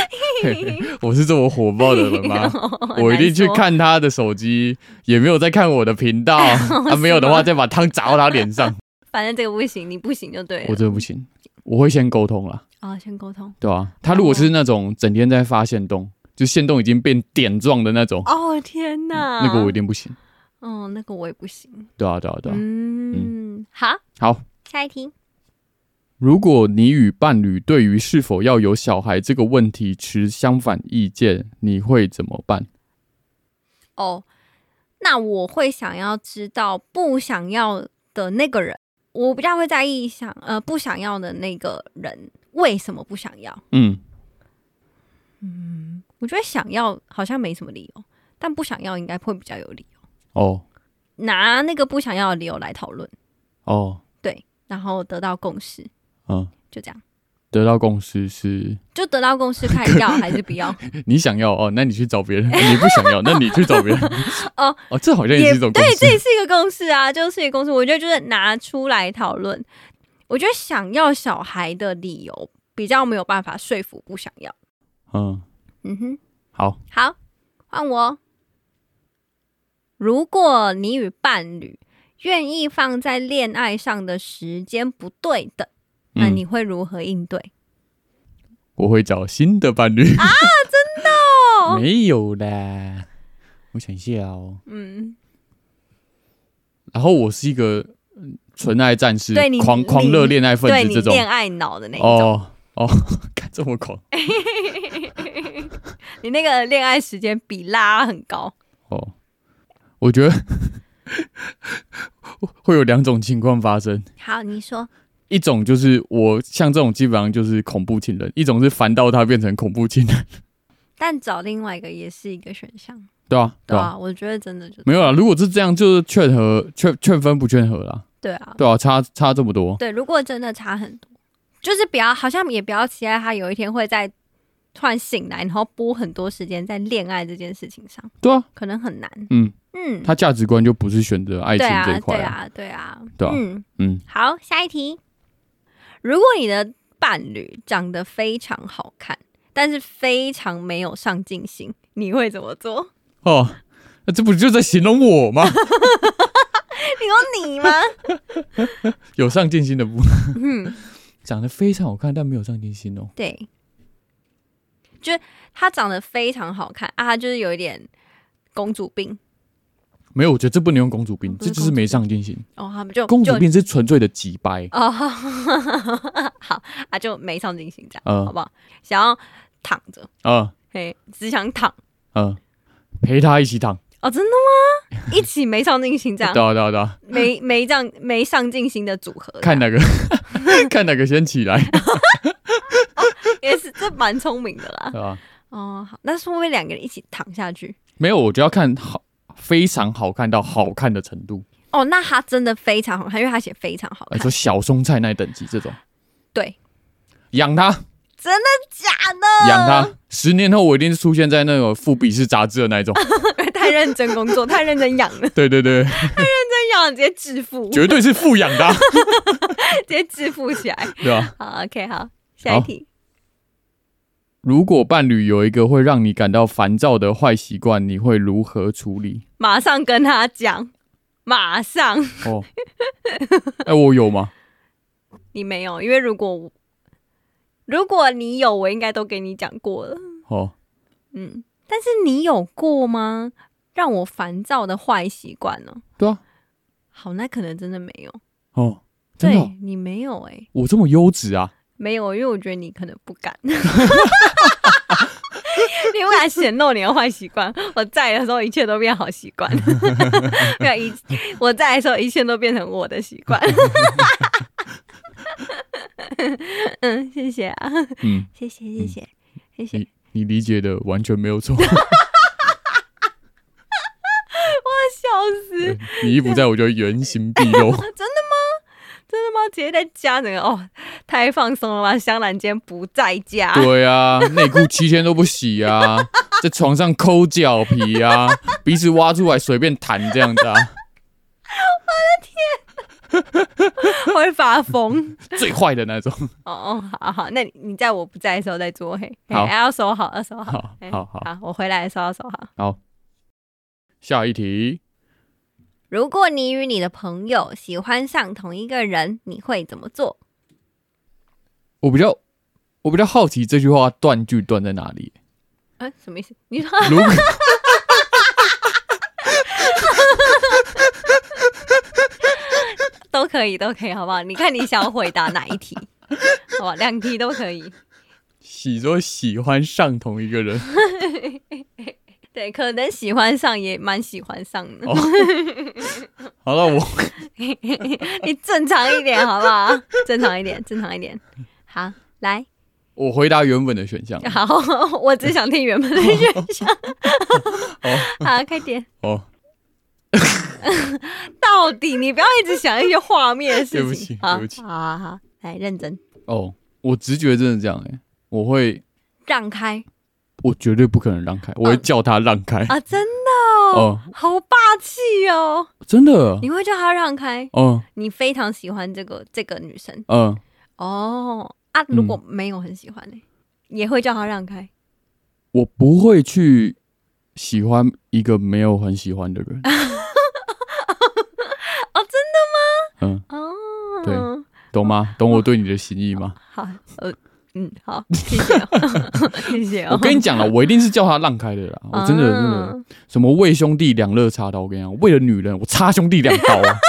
A: 我是这么火爆的 人吗？我一定去看他的手机，也没有在看我的频 道。啊，没有的话再把汤砸到他脸上，
B: 反正这个不行，你不行就对了。
A: 我真的不行。我会先沟通啦，
B: 啊，先沟通。
A: 对吧、他如果是那种整天在发现动，就现动已经变点状的那种，
B: 哦天哪，
A: 那个我一，定不行。
B: 嗯，那个我也不行。
A: 对啊，对啊，对啊。
B: 嗯，好，
A: 好，
B: 下一题。
A: 如果你与伴侣对于是否要有小孩这个问题持相反意见，你会怎么办？
B: 哦，那我会想要知道不想要的那个人，我比较会在意想呃不想要的那个人为什么不想要。
A: 嗯，
B: 我觉得想要好像没什么理由，但不想要应该会比较有理由。
A: 哦，
B: 拿那个不想要的理由来讨论，
A: 哦，
B: 对，然后得到共识，
A: 嗯，
B: 就这样。
A: 得到共识是
B: 就得到共识看要还是不要，
A: 你想要哦，那你去找别人； 你不想要，那你去找别人。
B: 哦
A: 哦，这好像也是一种共
B: 对，这也
A: 识。
B: 是一个共识啊，就是一个共识。我觉得就是拿出来讨论。我觉得想要小孩的理由比较没有办法说服不想要。
A: 嗯，
B: 嗯哼，
A: 好，
B: 好，换我。如果你与伴侣愿意放在恋爱上的时间不对等，那
A: 嗯
B: 你会如何应对？
A: 我会找新的伴侣啊，
B: 哦，
A: 没有啦，我想一下哦。
B: 嗯，
A: 然后我是一个嗯纯爱战士
B: 对你，
A: 狂狂热
B: 你
A: 恋爱分
B: 对
A: 子
B: 你
A: 这种。
B: 恋爱脑的那一种，
A: 哦哦， 看这么狂
B: 你那个恋爱时间比拉很高。
A: 哦，我觉得 会有两种情况发生。
B: 好，你说，
A: 一种就是我像这种基本上就是恐怖情人，一种是烦到他变成恐怖情人，
B: 但找另外一个也是一个选项，
A: 对吧、啊？
B: 对
A: 吧、
B: 啊，我觉得真的就
A: 没有啦，如果是这样，就是劝和劝劝分不劝和啦，
B: 对啊，
A: 对啊，差差这么多，
B: 对，如果真的差很多，就是不要，好像也不要期待他有一天会在突然醒来，然后拨很多时间在恋爱这件事情上，
A: 对啊，
B: 可能很难。
A: 嗯，
B: 嗯，
A: 他价值观就不是选择爱情
B: 对
A: 这
B: 啊
A: 一，块
B: 对，啊，对啊，
A: 对啊
B: 嗯，
A: 嗯，
B: 好，下一题。如果你的伴侣长得非常好看，但是非常没有上进心，你会怎么做？
A: 哦，那这不就在形容我吗？
B: 你说你吗？
A: 有上进心的不，
B: 嗯，
A: 长得非常好看，但没有上进心哦，
B: 对，就是她长得非常好看啊，她就是有一点公主病
A: 没有，我觉得这不能用公主病，
B: 哦不
A: 这
B: 是
A: 就是没上进心，
B: 哦，他们就
A: 公主
B: 就
A: 病是纯粹的急掰，
B: 哦， 好啊，就没上进心这样，
A: 嗯
B: 好不好？想要躺着，
A: 嗯
B: 嘿，只想躺
A: 嗯，陪他一起躺，
B: 哦，真的 吗？一起没上进心这
A: 对
B: 样
A: 啊，对啊对啊，
B: 没没这样没上进心的组合这样，
A: 看哪个 看哪个先起 来，
B: 也是这蛮聪明的 啦
A: 对。吧？
B: 哦，好，那是会不会两个人一起躺下去？
A: 没有，我就要看好非常好看到好看的程度，
B: 哦，那他真的非常好看，因为他写非常好
A: 呃，
B: 看，
A: 说小松菜那一等级这种，
B: 对，
A: 养它，
B: 真的假的？
A: 养它，十年后我一定是出现在那个《富比士》杂志的 那一种，
B: 太认真工 作，太认真养了，
A: 对对对，
B: 真养了直接致富，直
A: 绝对是富养它，
B: 接致富起来。
A: 对 吧？
B: 好，OK，好，下一题。
A: 如果伴侣有一个会让你感到烦躁的坏习惯，你会如何处理？
B: 马上跟他讲，马上
A: 哦，哎、我有吗？
B: 你没有，因为如果我如果你有，我应该都给你讲过了。
A: 哦，
B: 嗯，但是你有过吗？让我烦躁的坏习惯呢？
A: 对啊，
B: 好，那可能真的没有，
A: 哦，真的哦、
B: 对你没有哎、
A: 我这么优质 啊？
B: 没有，因为我觉得你可能不敢， 你不敢显露你的坏习惯。我在的时候，一切都变好习 惯，没有一我在的时候，一切都变成我的习惯。 嗯，谢谢啊，
A: 嗯，
B: 谢谢，谢谢，嗯谢谢。
A: 你你理解的完全没有错，
B: 笑死，
A: 你一不在我就原形毕 露。
B: 真的吗？直接在家整个哦，太放松了吧？香兰今天不在家，
A: 对啊，内裤七天都不洗啊，在床上抠脚皮啊，鼻子挖出来随便弹这样子啊，
B: 我会发疯。
A: 最坏的那种。
B: 哦哦，好好，那你你在我不在的时候再做嘿，嘿
A: 好
B: 哎要收好，要收好。
A: 好
B: 哎
A: 啊好好，
B: 好，我回来的啊时候要收好。
A: 下一题，
B: 如果你与你的朋友喜欢上同一个人，你会怎么做？
A: 我比较我比较好奇这句话断句断在哪里。
B: 啊，什么意思？ 你说
A: 如果
B: 都可以，都可以，好不好？你看你想要回答哪一题？ 好吧，两题都可以。
A: 喜说喜欢上同一个人，
B: 对，可能喜欢上也蛮喜欢上的。
A: 哦好了，我
B: 你正常一点，好不好？ 正常一点，正常一点。好，来，
A: 我回答原本的选项啊
B: 好，我只想听原本的选项。好，快点。
A: 哦，
B: 到底你不要一直想一些画面的事情。
A: 对不起
B: 好
A: 对不起
B: 好好好，来认真。
A: 哦，我直觉真的这样哎、我会，
B: 让开
A: 我绝对不可能让开，我会叫他让开，
B: 嗯啊！真的哦，好霸气哦！
A: 真的，
B: 你会叫她让开？
A: 嗯
B: 你非常喜欢这个这个女生
A: 嗯，
B: 哦啊！如果没有很喜欢呢、也会叫她让开。
A: 我不会去喜欢一个没有很喜欢的人。
B: 啊哦，
A: 真的吗？嗯，
B: 哦，
A: 对懂吗？懂我对你的心意吗？
B: 好，呃，嗯， 好，谢谢哦， 谢谢哦。
A: 我跟你讲了，我一定是叫他让开的啦。我真的真的
B: 嗯
A: 什么为兄弟两肋插刀，我跟你讲，为了女人我插兄弟两刀啊！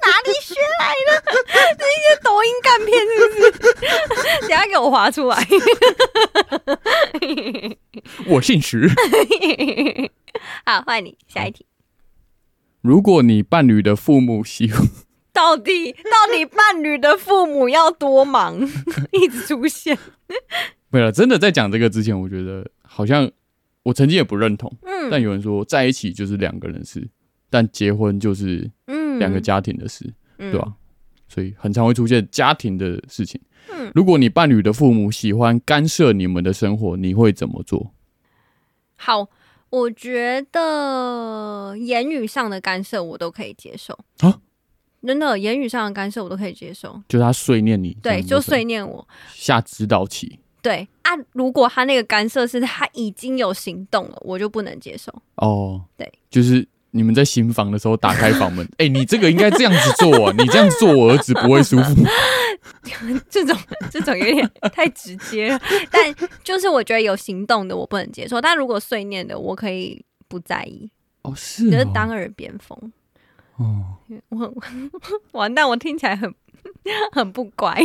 B: 哪里学来的？这些抖音干片是 不是？等一下给我划出来。
A: 我姓 石。
B: 好，换你下一题。
A: 如果你伴侣的父母喜欢，
B: 到底到底伴侣的父母要多忙， 一直出现？
A: 没有真的在讲这个之前，我觉得好像我曾经也不认同，但
B: 嗯
A: 有人说在一起就是两个人的事，但结婚就是
B: 嗯
A: 两个家庭的事。
B: 对
A: 对吧、所以很常会出现家庭的事情。
B: 嗯
A: 如果你伴侣的父母喜欢干涉你们的生活，你会怎么做？
B: 好，我觉得言语上的干涉我都可以接受
A: 啊，
B: 真的言语上的干涉我都可以接受。
A: 就是他碎念你，
B: 对，就
A: 碎
B: 碎念我。
A: 下指导棋
B: 对啊，如果他那个干涉是他已经有行动了，我就不能接受。
A: 哦。
B: 对，
A: 就是你们在新房的时候打开房门， 哎、你这个应该这样子 做啊，你这样做我儿子不会舒服。
B: 这种这种有 点太直接了，但就是我觉得有行动的我不能接受，但如果碎念的我可以不在意，
A: 哦，是
B: 就是
A: 哦
B: 当耳边风。
A: 哦，
B: 我我 完蛋，我听起来很 很不乖。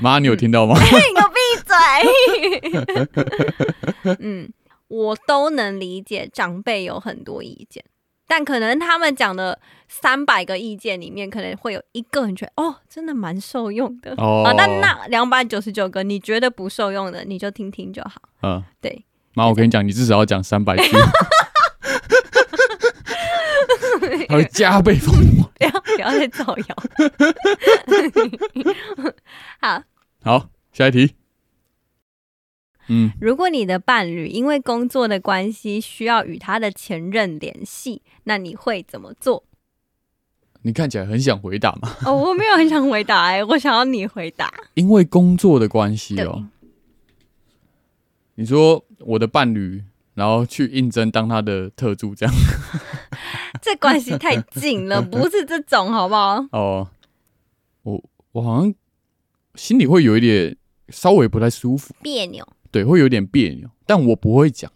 A: 妈，你有听到吗？
B: 你给我闭嘴！嗯，我都能理解长辈有很多意见，但可能他们讲的三百个意见里面，可能会有一个你觉得哦，真的蛮受用的
A: 哦
B: 啊。但那两百九十九个你觉得不受用的，你就听听就好。
A: 嗯，
B: 对，
A: 妈，我跟你讲，你至少要讲三 百句，他会加倍疯狂。
B: 不要不要再造谣。好，
A: 好，下一题。嗯，
B: 如果你的伴侣因为工作的关系需要与他的前任联系，那你会怎么做？
A: 你看起来很想回答嘛？
B: 哦，我没有很想回答哎、我想要你回答。
A: 因为工作的关系哦。你说我的伴侣，然后去应征当他的特助这样
B: 这关系太近了，不是这种好不好？
A: 哦，我哦我好像心里会有一点稍微不太舒服，
B: 别扭
A: 对，会有点别扭，但我不会讲。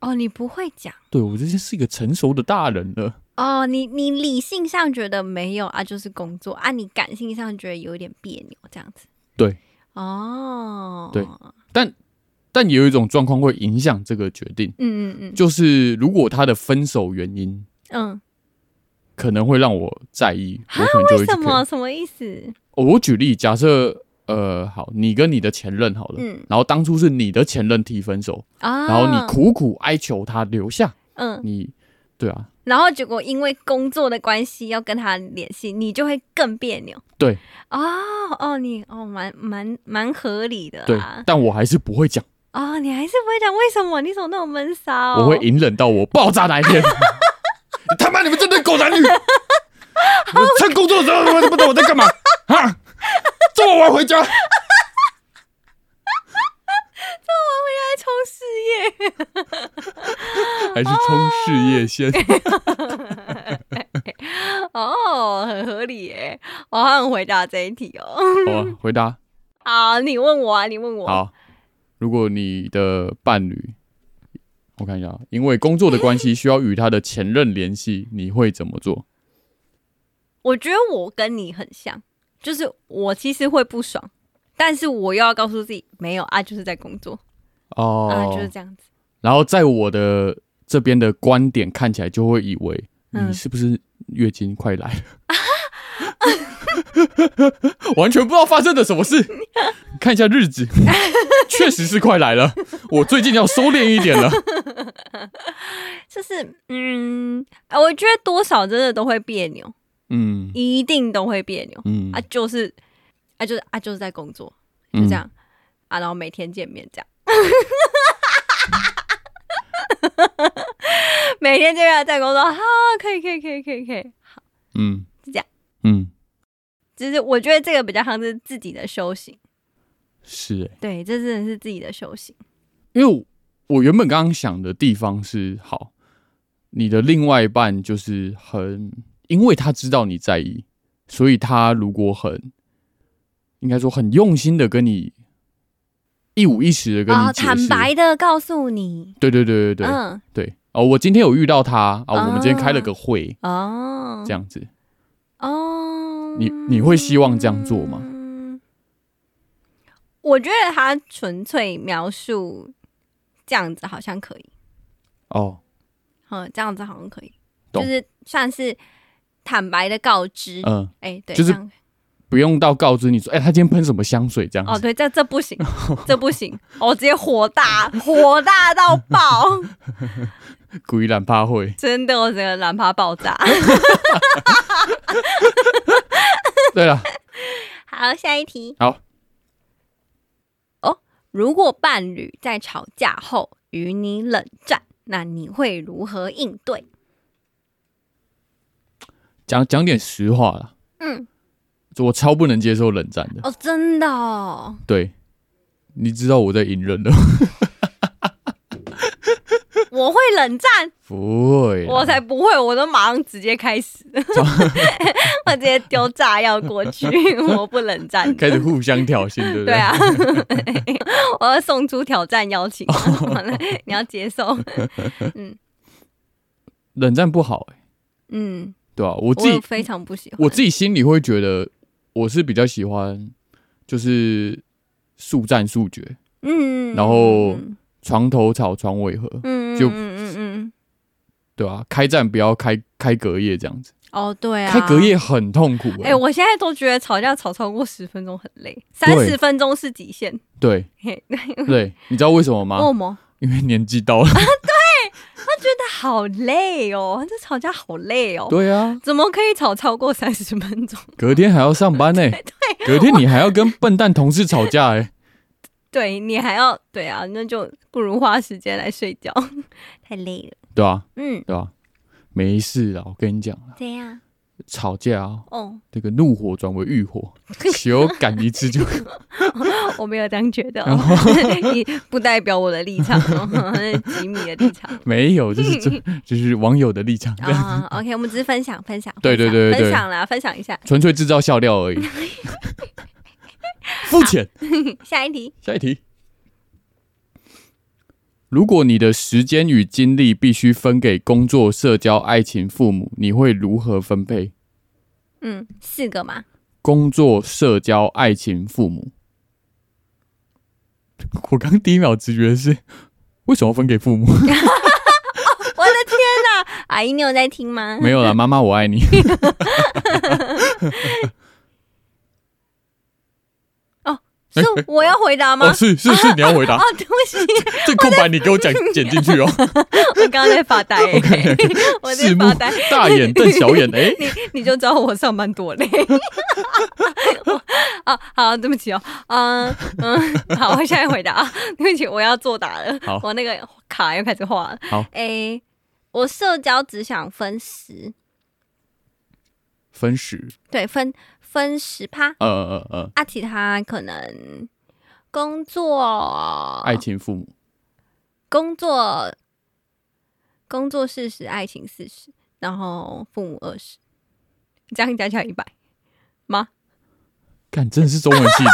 B: 哦，你不会讲
A: 对我这是一个成熟的大人了，
B: 哦，你你理性上觉得没有啊，就是工作啊，你感性上觉得有一点别扭这样子。
A: 对
B: 哦，
A: 对但也有一种状况会影响这个决定，
B: 嗯嗯嗯
A: 就是如果他的分手原因
B: 嗯，
A: 可能会让我在意，我可能就会
B: 啊为
A: 去
B: 什
A: care
B: 么什么意思？
A: 哦我举例，假设呃，好，你跟你的前任好了，
B: 嗯
A: 然后当初是你的前任提分手，
B: 啊，
A: 然后你苦苦哀求他留下，
B: 嗯，
A: 你对啊，
B: 然后结果因为工作的关系要跟他联系，你就会更别扭
A: 对
B: 哦哦，你哦蛮蛮蛮合理的
A: 对
B: 啊，。
A: 但我还是不会讲，
B: 哦，你还是不会讲为什么？你怎么那么闷骚？
A: 我会隐忍到我爆炸那一 天。他妈，你们这对狗男女！你 们趁工作的时候，你们都不懂我在干嘛啊？这么晚回 家，
B: 在冲事业。
A: 还是冲事业 先？
B: 哦，很合理耶！我好想回答这一题哦。
A: 好 啊，回答
B: 好，你问我啊，你问我。
A: 好。如果你的伴侣，我看一下啊，因为工作的关系需要与他的前任联 系，你会怎么做？
B: 我觉得我跟你很像，就是我其实会不爽，但是我又要告诉自己，没有啊，就是在工作、
A: 哦、
B: 啊，就是这样子。
A: 然后在我的这边的观点看起来，就会以为
B: 嗯
A: 你是不是月经快来了？ 完全不知道发生了什么事。看一下日 子，确实是快来了。我最近要收敛一点了。
B: 就是嗯，呃我觉得多少真的都会别扭，
A: 嗯
B: 一定都会别扭、
A: 嗯
B: 啊啊，就是啊，就是啊，就是在工作，就
A: 嗯
B: 这样、啊，然后每天见面这样， 每天见面在工作，好，可以，可以，可以，可以，可以，好，
A: 嗯，
B: 就这样。
A: 嗯，
B: 就是我觉得这个比较像是自己的修行，
A: 是、欸，
B: 对，这真的是自己的修行，
A: 因为我我原本刚刚想的地方是，好，你的另外一半就是很，因为他知道你在意，所以他如果很，应该说很用心的跟你一五一十的跟
B: 然
A: 你
B: 后
A: 解释，
B: 哦啊坦白的告诉你，
A: 对对对对对、
B: 嗯，
A: 对，哦，我今天有遇到他，哦，我们今天开了
B: 啊
A: 个会，
B: 哦，
A: 这样子，
B: 哦，
A: 你你会希望这样做吗
B: 嗯？我觉得他纯粹描述这样子好像可以，
A: 哦，
B: 嗯，这样子好像可以，
A: 懂
B: 就是算是坦白的告知，哎、
A: 嗯、
B: 对，
A: 就是
B: 这样
A: 不用到告知你说，哎、他今天喷什么香水这样子，
B: 哦，对，这这不行，这 不行，我、直接火大，火大到爆，
A: 故意懒趴会，
B: 真的，我整个懒趴 爆炸。
A: 对了，
B: 好，下一题。
A: 好。
B: 哦，如果伴侣在吵架后与你冷战，那你会如何应对？
A: 讲讲点实话啦。
B: 嗯，
A: 我超不能接受冷战的。
B: 哦，真的哦，
A: 对，你知道我在隐忍的，
B: 我会冷战，
A: 不会啦，
B: 我才不会，我都马上直接 开始，我直接丢炸药过 去，我不冷战的。
A: 开始互相挑衅，对不对？
B: 对啊，我要送出挑战 邀请，你要接受。
A: 冷战不好、欸，
B: 嗯，
A: 对吧、我自己
B: 我非常不喜欢。
A: 我自己心里会觉得，我是比较喜欢就是速战速决，
B: 嗯，
A: 然后
B: 嗯
A: 床头吵，床尾和，
B: 嗯，
A: 就
B: 嗯嗯嗯嗯，
A: 对吧、开战不要开开隔夜这样子，
B: 哦，对啊，
A: 开隔夜很痛苦、
B: 哎、
A: 欸，
B: 我现在都觉得吵架吵超过十分钟很累，三十分钟是极限。 哦
A: 对
B: 嘿，
A: 对，你知道为什么吗？
B: 恶魔，
A: 因为年纪 到了，
B: 真的好累哦，这吵架好累哦，
A: 对啊，
B: 怎么可以吵超过三十分钟？
A: 隔天还要上班 呢、欸，隔天你还要跟笨蛋同事吵架、欸，哎。
B: 对你还要对啊，那就不如花时间来睡觉， 太累了。
A: 对啊，
B: 嗯，
A: 对啊，没事啦，我跟你讲啦，
B: 这样
A: 吵架、啊，
B: 哦，
A: 这个怒火转为欲火，求赶一次就。
B: 我没有这样觉得、哦， 你不代表我的立场哦， 那是吉米的立 场。
A: 没有，就是这，就是网友的立场，这样
B: 啊、o k 我们只是分享分享，
A: 对
B: 分享
A: 对对对
B: 分享啦，分享一下。
A: 纯粹制造笑料而已，肤浅。
B: 下一题，
A: 下一题，如果你的时间与精力必须分给工作、社交、爱情、父母，你会如何分配？
B: 嗯，四个嘛，
A: 工作、社交、爱情、父母。 我刚第一秒直觉是，为什么分给 父母？
B: 我的天呐、阿姨，你有在听吗？
A: 没有啦，妈妈我爱你。
B: 是我要回答吗？
A: 哦，是是是，你要回答
B: 哦，对不起，
A: 这空白，你给我讲剪进去哦。
B: 我刚刚在发 呆、欸 我
A: 哦
B: 在
A: 四目
B: 发呆，
A: 大眼瞪小眼，哎，
B: 你你就知道我上班多累。 啊，好，对不起哦，嗯嗯，好，我现在回答啊，对不起，我要作答了
A: 好，
B: 我那个卡又开始画了。
A: 好
B: 诶、我社交只想分十，
A: 分十，
B: 对，分分十趴，
A: 呃呃呃，
B: 啊，其他可能工作、
A: 爱情父母，
B: 工作，工作四十，爱情四十，然后父母二十，这样加起来一百吗？
A: 看真的是中文系 的。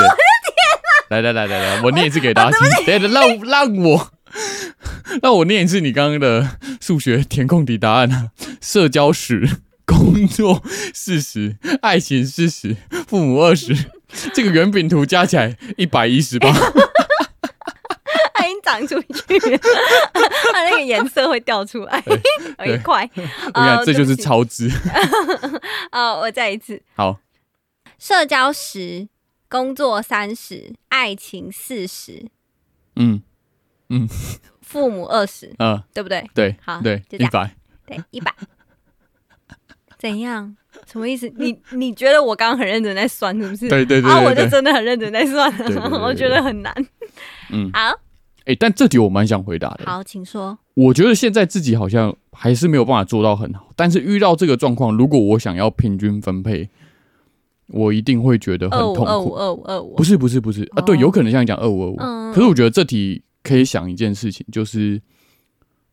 A: 来来来来来，我念一次给大家听。等一下让让我让我念一次你刚刚的数学填空题答案啊，社交史。工作四十，爱情四十，父母二十，这个圆饼图加起来一百一 十八。
B: 它已经长出去了，它那个颜色会掉出来，有一块。
A: 我跟你
B: 哦
A: 讲，这就是。
B: 对不起
A: 超支。
B: 哦，我再一次，
A: 好，
B: 社交十，工作三十，爱情四十，
A: 嗯
B: 父母二十，
A: 嗯、呃
B: 对不对？
A: 对，
B: 好
A: 对，
B: 就这
A: 一
B: 样
A: 百，
B: 对，一百。怎样？什么意思？你你觉得我刚刚很认真在算，是不是？
A: 对对对
B: 啊，
A: 对
B: 我就
A: 对
B: 真的很认真在算
A: 对对对对
B: 了， 我觉得很难。
A: 嗯，
B: 好，
A: 哎、但这题我蛮想回答的。
B: 好，请说。
A: 我觉得现在自己好像还是没有办法做到很好，但是遇到这个状况，如果我想要平均分配，我一定会觉得很
B: 二五
A: 痛
B: 二五
A: 苦。
B: 二五二五
A: 不，是不是不是啊，
B: 哦
A: 对，有可能像你讲二五二五，
B: 嗯
A: 可是我觉得这题可以想一件事情，就是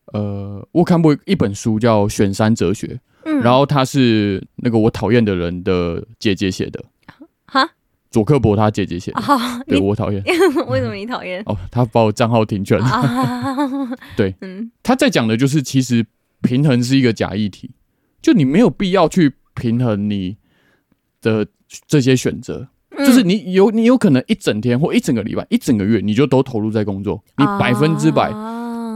A: 呃，我看过一本书叫《选山哲学》，
B: 嗯
A: 然后它是那个我讨厌的人的姐姐写的，
B: 哈，
A: 佐克伯他姐姐写的，
B: 哦，
A: 对
B: 你
A: 我讨厌
B: 为什么你 讨厌？
A: 哦，他把我账号停权了。
B: 啊，
A: 对，
B: 嗯，
A: 他在讲的就是，其实平衡是一个假议题，就你没有必要去平衡你的这些选择，嗯
B: 嗯
A: 就是你有你有可能一整天或一整个礼拜、一整个月，你就都投入在工作，你
B: 啊
A: 百分之百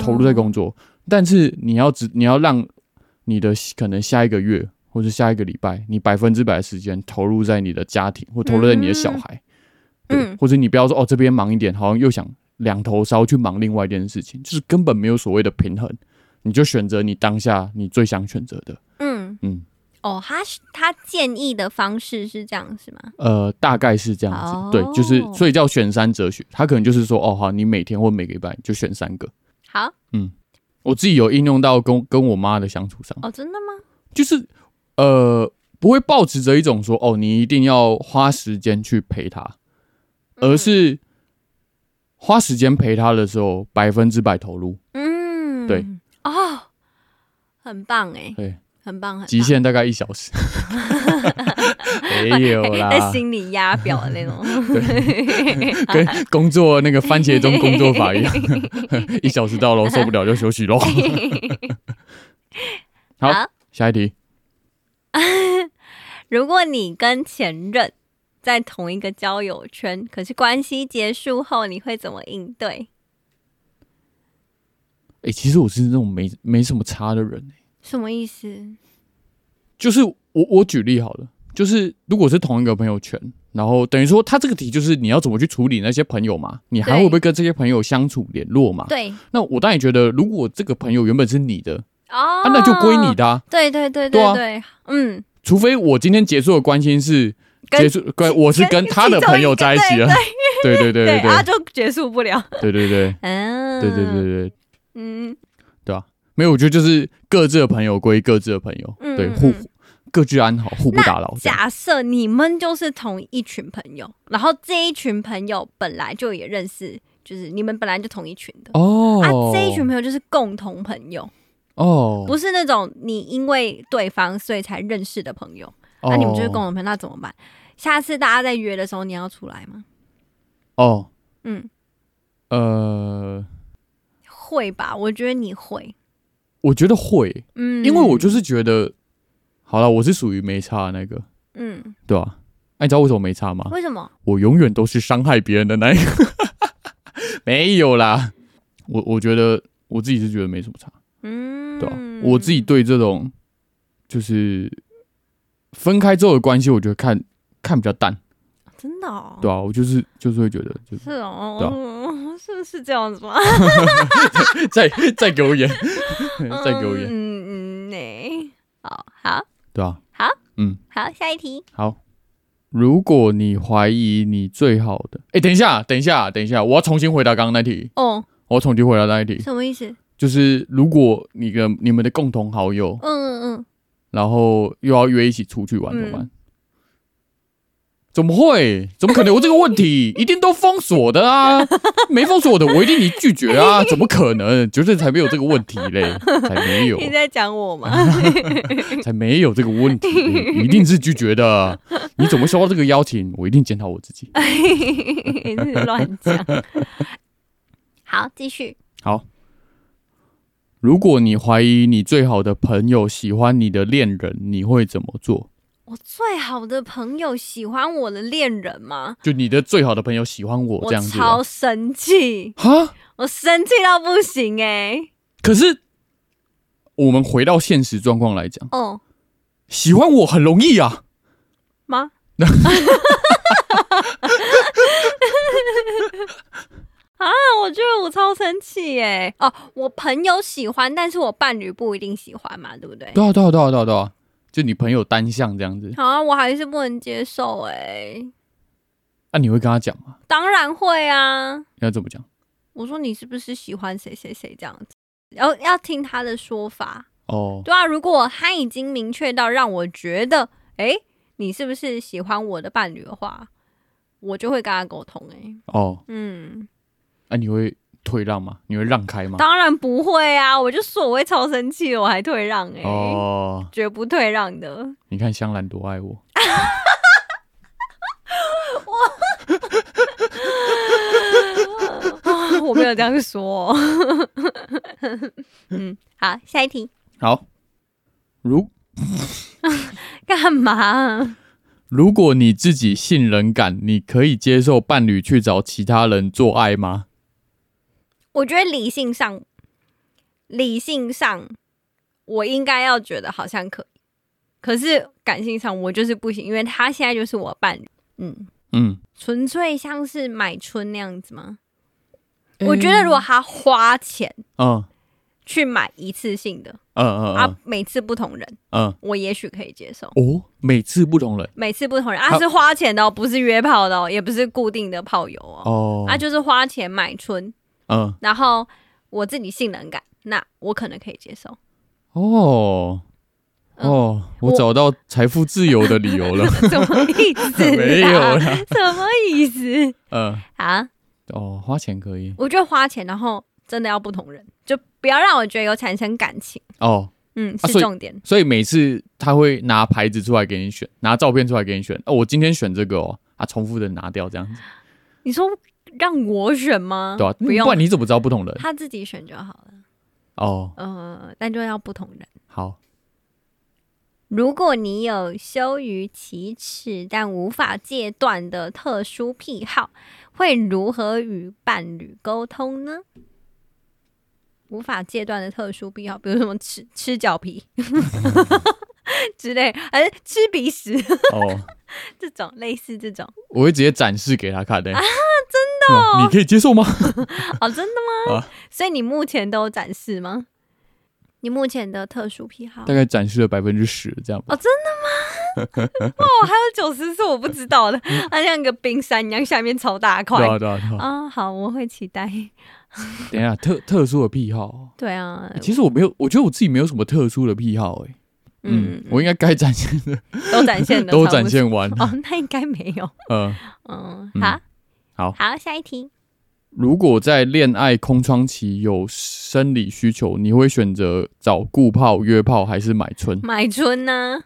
A: 投入在工作，但是你要只你要让你的可能下一个月或者下一个礼拜，你百分之百的时间投入在你的家庭或投入在你的小孩，对，
B: 嗯
A: 或者你不要说哦这边忙一点，好像又想两头烧去忙另外一件事情，就是根本没有所谓的平衡，你就选择你当下你最想选择的，
B: 嗯，
A: 嗯，
B: 哦，他是他建议的方式是这样是吗？
A: 呃，大概是这样子，
B: 哦
A: 对，就是所以叫选三哲学，他可能就是说哦好，你每天或每个礼拜就选三个，
B: 好，
A: 我自己有应用到跟跟我妈的相处上。
B: 哦，真的吗？
A: 就是呃，不会抱持着一种说哦，你一定要花时间去陪他，而
B: 嗯
A: 是花时间陪他的时候百分之百投入。
B: 嗯，
A: 对，
B: 哦，很棒哎，
A: 对，
B: 很棒，很 棒
A: 极限大概一小 时，没有
B: 在
A: 啦，
B: 心里压表的那种，
A: 跟工作那个番茄钟工作法一 样，一小时到了受不了就休息喽。 好，
B: 好
A: 下一题，
B: 如果你跟前任在同一个交友圈，可是关系结束后，你会怎么应对？
A: 哎、其实我是那种没没什么差的人、欸
B: 什么意思？
A: 就是我我举例好了，就是如果是同一个朋友圈，然后等于说他这个题就是你要怎么去处理那些朋友嘛，你还会不会跟这些朋友相处联络嘛？
B: 对，
A: 那我当然觉得，如果这个朋友原本是你的，
B: 哦，
A: 啊，那就归你。的、啊，
B: 对对对
A: 对啊
B: 对对，嗯，
A: 除非我今天结束的关心是
B: 跟
A: 结束，跟我是跟他的朋友在一起了，对对 对
B: 对，
A: 对
B: 啊，就结束不了。
A: 对对对对
B: 嗯，
A: 对对对对，
B: 嗯，
A: 没有，我觉得就是各自的朋友归各自的朋友，
B: 嗯
A: 对
B: 嗯
A: 互
B: 嗯
A: 各自安好，互不打扰。这样
B: 假设你们就是同一群朋友，然后这一群朋友本来就也认识，就是你们本来就同一群的。
A: 哦，
B: 啊，这一群朋友就是共同朋友，
A: 哦，
B: 不是那种你因为对方所以才认识的朋友。那、
A: 哦
B: 你们就是共同朋友，那怎么办？下次大家在约的时候，你要出来吗？
A: 哦，
B: 嗯，
A: 呃，
B: 会吧？我觉得你会。
A: 我觉得会，
B: 嗯，
A: 因为我就是觉得，好了，我是属于没差的那个，
B: 嗯，
A: 对吧、啊？你知道为什么没差吗？
B: 为什么？
A: 我永远都是伤害别人的那一个， 没有啦。我我觉得我自己是觉得没什么差，
B: 嗯，
A: 对吧、我自己对这种就是分开之后的关系，我觉得看看比较淡，
B: 真的哦，
A: 对吧、我就是就是会觉得， 就是
B: 哦，
A: 对啊
B: 嗯 是是这样子吗？
A: 是再再给我演， 再给我演，
B: 嗯嗯，哎、好好
A: 对吧、
B: 好，下一题。
A: 好，如果你怀疑你最好的，哎、等一下，等一下，等一下，我要重新回答刚刚那题，
B: 哦，
A: 我要重新回答那一题，
B: 什么意思？
A: 就是如果你跟你们的共同好友
B: 嗯，嗯
A: 然后又要约一起出去玩，
B: 嗯
A: 怎么办？怎么会？怎么可能有这个问题？一定都封锁的 啊！没封锁的，我一定一拒绝啊！怎么可能？绝对才没有这个问题嘞，才没有
B: 嗯，，你在讲 我吗？
A: 才没有这个问题嘞，一定是拒绝的。你怎么收到这个邀请？我一定检讨我自己。
B: 你是乱讲。好，继续。
A: 好，如果你怀疑你最好的朋友喜欢你的恋人，你会怎么做？
B: 我最好的朋友喜欢我的恋人吗？
A: 就你的最好的朋友喜欢我
B: 我
A: 这样子啊
B: 超生气，
A: 哈？
B: 我生气到不行哎、
A: 可是我们回到现实状况来讲，
B: 哦，
A: 喜欢我很容易啊，
B: 吗？啊，我觉得我超生气耶！哦，我朋友喜欢，但是我伴侣不一定喜欢嘛，对不对？
A: 对啊，对啊，对啊，对啊，对啊。就你朋友单向这样子，
B: 好、啊，我还是不能接受哎、
A: 那、啊你会跟他讲吗？
B: 当然会啊，
A: 要怎么讲？
B: 我说你是不是喜欢谁谁谁这样子，然后要听他的说法。
A: 哦，
B: 对啊，如果他已经明确到让我觉得，哎、你是不是喜欢我的伴侣的话，我就会跟他沟通、欸。哎，
A: 哦，
B: 嗯，
A: 那、你会退让吗？你会让开吗？
B: 当然不会啊，我就说我会超生气的，我还退让、欸，哎、
A: 哦，
B: 绝不退让的。
A: 你看香兰多爱我，
B: 啊我没有这样说 哦、嗯，好，下一题，
A: 好，如
B: 干嘛？
A: 如果你自己信任感，你可以接受伴侣去找其他人做爱吗？
B: 我觉得理性上，理性上，我应该要觉得好像可以，可是感性上我就是不行，因为他现在就是我伴侣，嗯，
A: 嗯，
B: 纯粹像是买春那样子吗？我觉得如果他花钱
A: 嗯，
B: 去买一次性的，
A: 嗯嗯嗯
B: 啊，每次不同人，
A: 嗯，
B: 我也许可以接受。
A: 哦，每次不同人
B: 每次不同人
A: 好
B: 啊，是花钱的、哦，不是约炮的、哦，也不是固定的炮友哦，
A: 哦，
B: 啊，就是花钱买春，
A: 嗯，
B: 然后我自己性能感，那我可能可以接受。
A: 哦。
B: 嗯
A: 哦，我
B: 我
A: 找到财富自由的理 由了。
B: 什么意思、啊
A: 没有啦，
B: 什么意思
A: 嗯，
B: 啊？
A: 哦，花钱可以。
B: 我觉得花钱，然后真的要不同人，就不要让我觉得有产生感情，
A: 哦，
B: 嗯，
A: 啊
B: 是
A: 所以
B: 重点。
A: 所以每次他会拿牌子出来给你选，拿照片出来给你选。哦，我今天选这个哦，啊，重复的拿掉这样子，
B: 你说让我选吗？
A: 对吧、
B: 不
A: 啊
B: 用
A: 不然你怎么知道不同人？
B: 他自己选就好了。
A: 哦，
B: 呃，但就要不同人。
A: 好，
B: 如果你有羞于启齿但无法戒断的特殊癖好，会如何与伴侣沟通呢？无法戒断的特殊癖好，比如什么吃吃 脚皮之类，还是吃鼻屎
A: 哦，
B: 这种，类似这种
A: 我会直接展示给他看 的、啊，真的、你可以接受吗？
B: 哦，真的吗？
A: 啊
B: 所以你目前都有展示吗？你目前的特殊癖好？
A: 大概展示了百分之十这样吧。
B: 哦，真的吗？哦，还有九十是我不知道的，它像个冰山一样，下面超大块
A: 嗯对。啊，对啊，对啊。
B: 啊、好，我会期待。
A: 等一下，特特殊的癖好哦、
B: 对啊，
A: 其实我没有，我觉得我自己没有什么特殊的癖好、欸，哎，
B: 嗯
A: 嗯，，我应该该展现的
B: 都展现的，
A: 都展。现完。
B: 哦，那应该没 有。
A: 呃，
B: 嗯，
A: 嗯
B: 好，
A: 好
B: 好，下一题。
A: 如果在恋爱空窗期有生理需求，你会选择找顾炮、约炮还是买春？
B: 买春呢、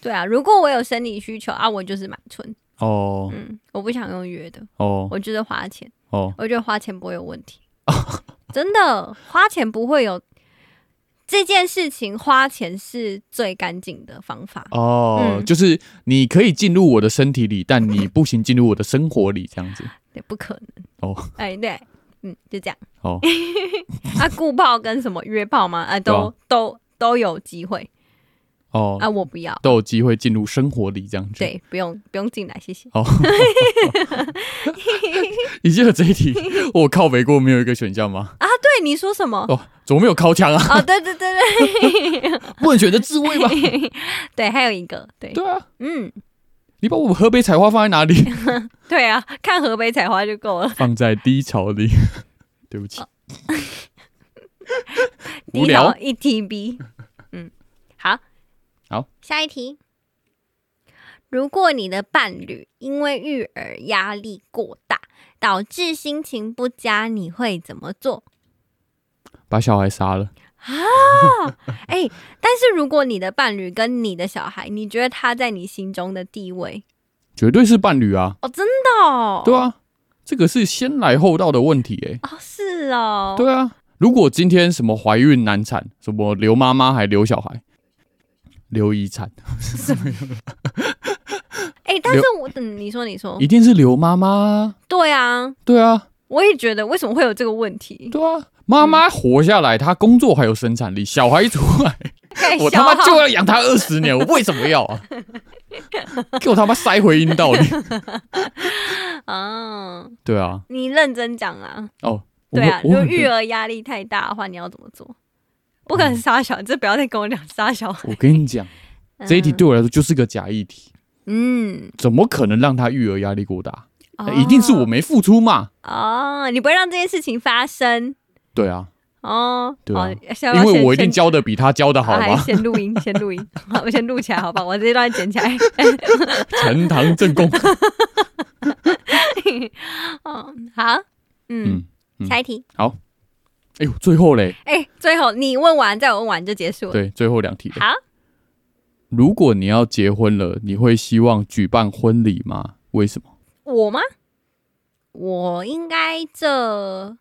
B: 对啊，如果我有生理需求啊，我就是买春。
A: 哦
B: 嗯，我不想用约的，
A: 哦
B: 我就是花钱。
A: 哦，
B: 我觉得花钱不会有问题， 真的，花钱不会有这件事情，花钱是最干净的方法。
A: 哦，
B: 嗯
A: 就是你可以进入我的身体里，但你不行进入我的生活里，这样子。
B: 对，不可能。
A: 哦，
B: 哎，对，嗯，就这样。
A: 哦，
B: 啊， 固炮跟什么约炮吗？啊，都、都都有机会
A: 哦，
B: 啊，我不要。
A: 都有机会进入生活里这样子。，
B: 对，不用不用进来，谢谢。
A: 哦，已经有这一题，我靠北过没有一个选项 吗？
B: 啊，对，你说什么？
A: 哦，怎么没有靠墙啊？
B: 哦，对对对
A: 不能选择自 慰吗？
B: 对， 对，还有一个，对，
A: 对啊，
B: 嗯，
A: 你把我们河北采花放在哪里？
B: 对啊，看河北采花就够了。
A: 放在低潮里。 对不起，
B: 哦
A: 无
B: 低
A: 聊
B: 到一 TB。嗯，好，
A: 好，
B: 下一题。如果你的伴侣因为育儿压力过大，导致心情不佳，你会怎么做？
A: 把小孩杀了。
B: 哎、但是如果你的伴侣跟你的小孩，你觉得他在你心中的地位？
A: 绝对是伴侣啊，
B: 哦，真的哦，
A: 对啊，这个是先来后到的问题诶、
B: 哦，是哦，
A: 对啊，如果今天什么怀孕难产，什么留妈妈还留小孩，留遗产，
B: 哎、但是我等、你说，你说
A: 一，定是留妈妈啊，
B: 对啊，
A: 对啊，
B: 我也觉得为什么会有这个问题？
A: 对啊，妈妈活下来，她工作还有生产力，小孩一出来，
B: 盖
A: 啊我
B: 小
A: 他妈
B: 号
A: 就要养他二十年，我为什么要 啊？给我他妈塞回阴道里！
B: 啊，
A: 对啊，
B: 你认真讲啊，
A: 哦，我
B: 对啊，
A: 我
B: 如果育儿压 力太大的话，你要怎么做？不可能杀小，这不要再跟我讲杀小。
A: 我跟你讲，这一题对我来说就是个假议题，
B: 嗯，
A: 怎么可能让他育儿压力过大？
B: 哦
A: 一定是我没付出嘛？
B: 哦，你不会让这件事情发生
A: 对啊，
B: 哦，
A: 对啊
B: 哦要
A: 因
B: 不要
A: 为
B: 先
A: 我一定
B: 先
A: 教的比他教的好
B: 啊还
A: 嘛
B: 是。先录音，先录音，好，我先录起来，好吧？我这段剪起来。
A: 呈堂证供。
B: 哦，好，嗯，
A: 嗯
B: 下一题。
A: 哎呦，最后嘞，
B: 哎、最后你问完，再我问完就结束了。
A: 对，最后两题了。
B: 好，
A: 如果你要结婚了，你会希望举办婚礼吗？为什么？
B: 我吗？我应该这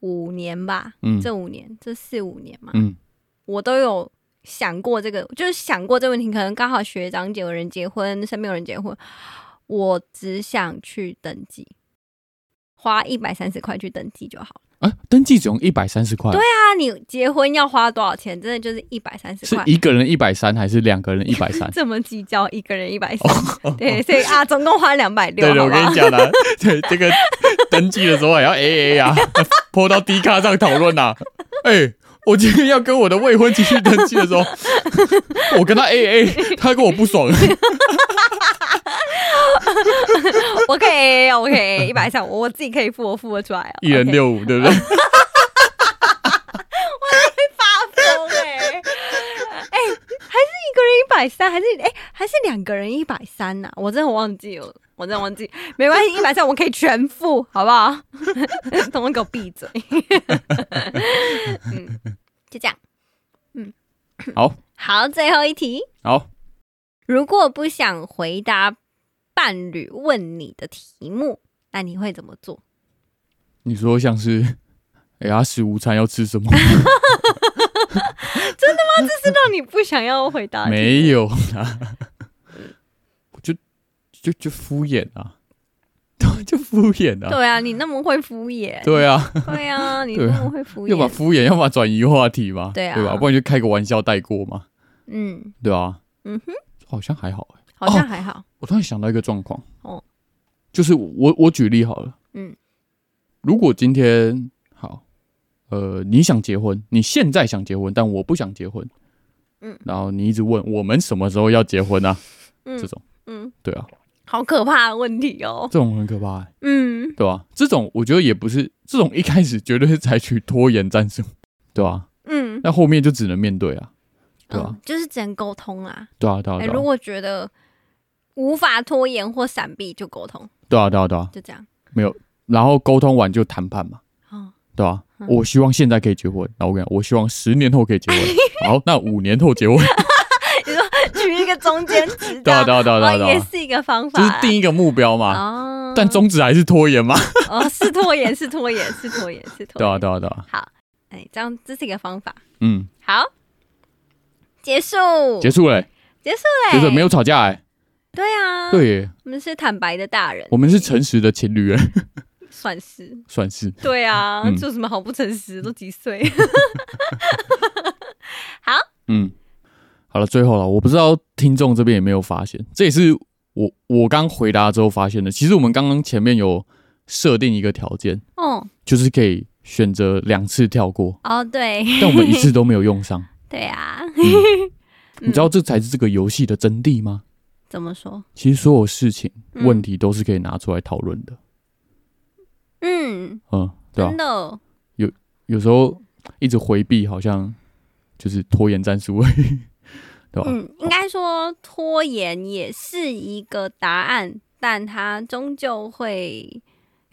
B: 五年吧，
A: 嗯
B: 这五年，这四五年嘛，
A: 嗯
B: 我都有想过这个，就是想过这个问题。可能刚好学长姐有人结婚，身边有人结婚，我只想去登记，花一百三十块去登记就好了。
A: 啊，登记只用一百三十块，对啊，
B: 那你结婚要花多少钱？真的就是一百三十
A: 是
B: 块，
A: 一个人一百三还是两个人一百 三？
B: 这么计较，一个人一百三，对，所以啊，总共花两百六，
A: 对的，
B: 好
A: 我
B: 不
A: 跟
B: 好
A: 你？讲啦，对这个登记的时候还要 A A 啊，泼到 D 卡上讨论呐。哎，我今天要跟我的未婚妻去登记的时候， 我跟他 A A，他跟我不爽。
B: 我可以，我可以一百三，我我自己可以付，我付得出来哦。
A: 一人
B: OK，
A: 六五，对不对？
B: 发疯哎！哎，还是哎一个人一百三，还是哎，还是两个人一百三呐？我真的忘记了，我真的忘记，没关系，一百三我可以全付，好不好？ 同我给我闭嘴。嗯，就这样。嗯，
A: 好，
B: 好，最后一题。
A: 好，
B: 如果不想回答伴侣问你的题目，那你会怎么做？
A: 你说像是，哎，他十午餐要吃什么？
B: 知道你不想要 回答，
A: 没有啦， 我就就就敷衍啊， 就敷衍啊，
B: 对啊，你那么会敷衍，
A: 对啊，
B: 对啊，你那么会敷
A: 要么
B: 衍，
A: 敷衍，要么转移话题嘛，
B: 对啊
A: 对吧？不然就开个玩笑带过嘛，
B: 嗯
A: 对啊，
B: 嗯哼，
A: 好像还好欸、
B: 好像还好，
A: 我突然想到一个状况，
B: 哦
A: 哦，就是我我举例好了，
B: 嗯
A: 如果今天好，呃，你想结婚，你现在想结婚，但我不想结婚，
B: 嗯
A: 嗯，然后你一直问我们什么时候要结婚啊？
B: 嗯
A: 这种，
B: 嗯，
A: 对啊，
B: 好可怕的问题哦，
A: 这种很可怕欸、
B: 嗯，
A: 对吧、这种我觉得也不是，这种一开始绝对是采取拖延战术，对吧、
B: 嗯，
A: 那后面就只能面对啊，对吧、
B: 嗯，就是只能沟通啦。
A: 对啊，对啊，对
B: 哎，如
A: 啊，
B: 果觉得无法拖延或闪避，就沟通，
A: 对啊，对啊，对啊，
B: 就这样。
A: 没有，然后沟通完就谈判嘛，
B: 哦，
A: 对吧、
B: 嗯
A: 我希望现在可以结婚，然后我跟你讲，我希望十年后可以结 婚，好，那五年后结婚，
B: 取一个中间值，
A: 对啊，对啊，对啊，对啊，
B: 哦
A: 对
B: 也
A: 啊，
B: 是一个方法
A: 就
B: 啦，
A: 是定一个目标嘛，
B: 哦，
A: 但宗旨还是拖延嘛，
B: 哦，是拖延，是拖延，是拖延，是拖
A: 对啊，
B: 延。
A: 对啊，对啊，
B: 好，哎，这样这是一个方法。
A: 嗯，
B: 好，结束，
A: 结束嘞，
B: 结束
A: 结
B: 嘞，
A: 束没有吵架哎、
B: 对啊，，
A: 对耶，
B: 我们是坦白的大人，
A: 我们是诚实的情侣哎、
B: 算是
A: 算是，
B: 对啊，
A: 嗯
B: 做什么好不诚实？都几岁？
A: 嗯，好了，最后了，我不知道听众这边有没有发现，这也是我我刚回答之后发现的。其实我们刚刚前面有设定一个条件，
B: 哦
A: 就是可以选择两次跳过，
B: 哦，对
A: 但我们一次都没有用上。
B: 对啊，
A: 嗯 你
B: 嗯
A: 知道这才是这个游戏的真谛吗？
B: 怎么说？
A: 其实所有事情、
B: 嗯
A: 问题都是可以拿出来讨论的，
B: 嗯，
A: 嗯，对吧、
B: 真的，
A: 有时候一直回避，好像就是拖延战术而已，对吧、
B: 嗯，应该说拖延也是一个答案，但它终究会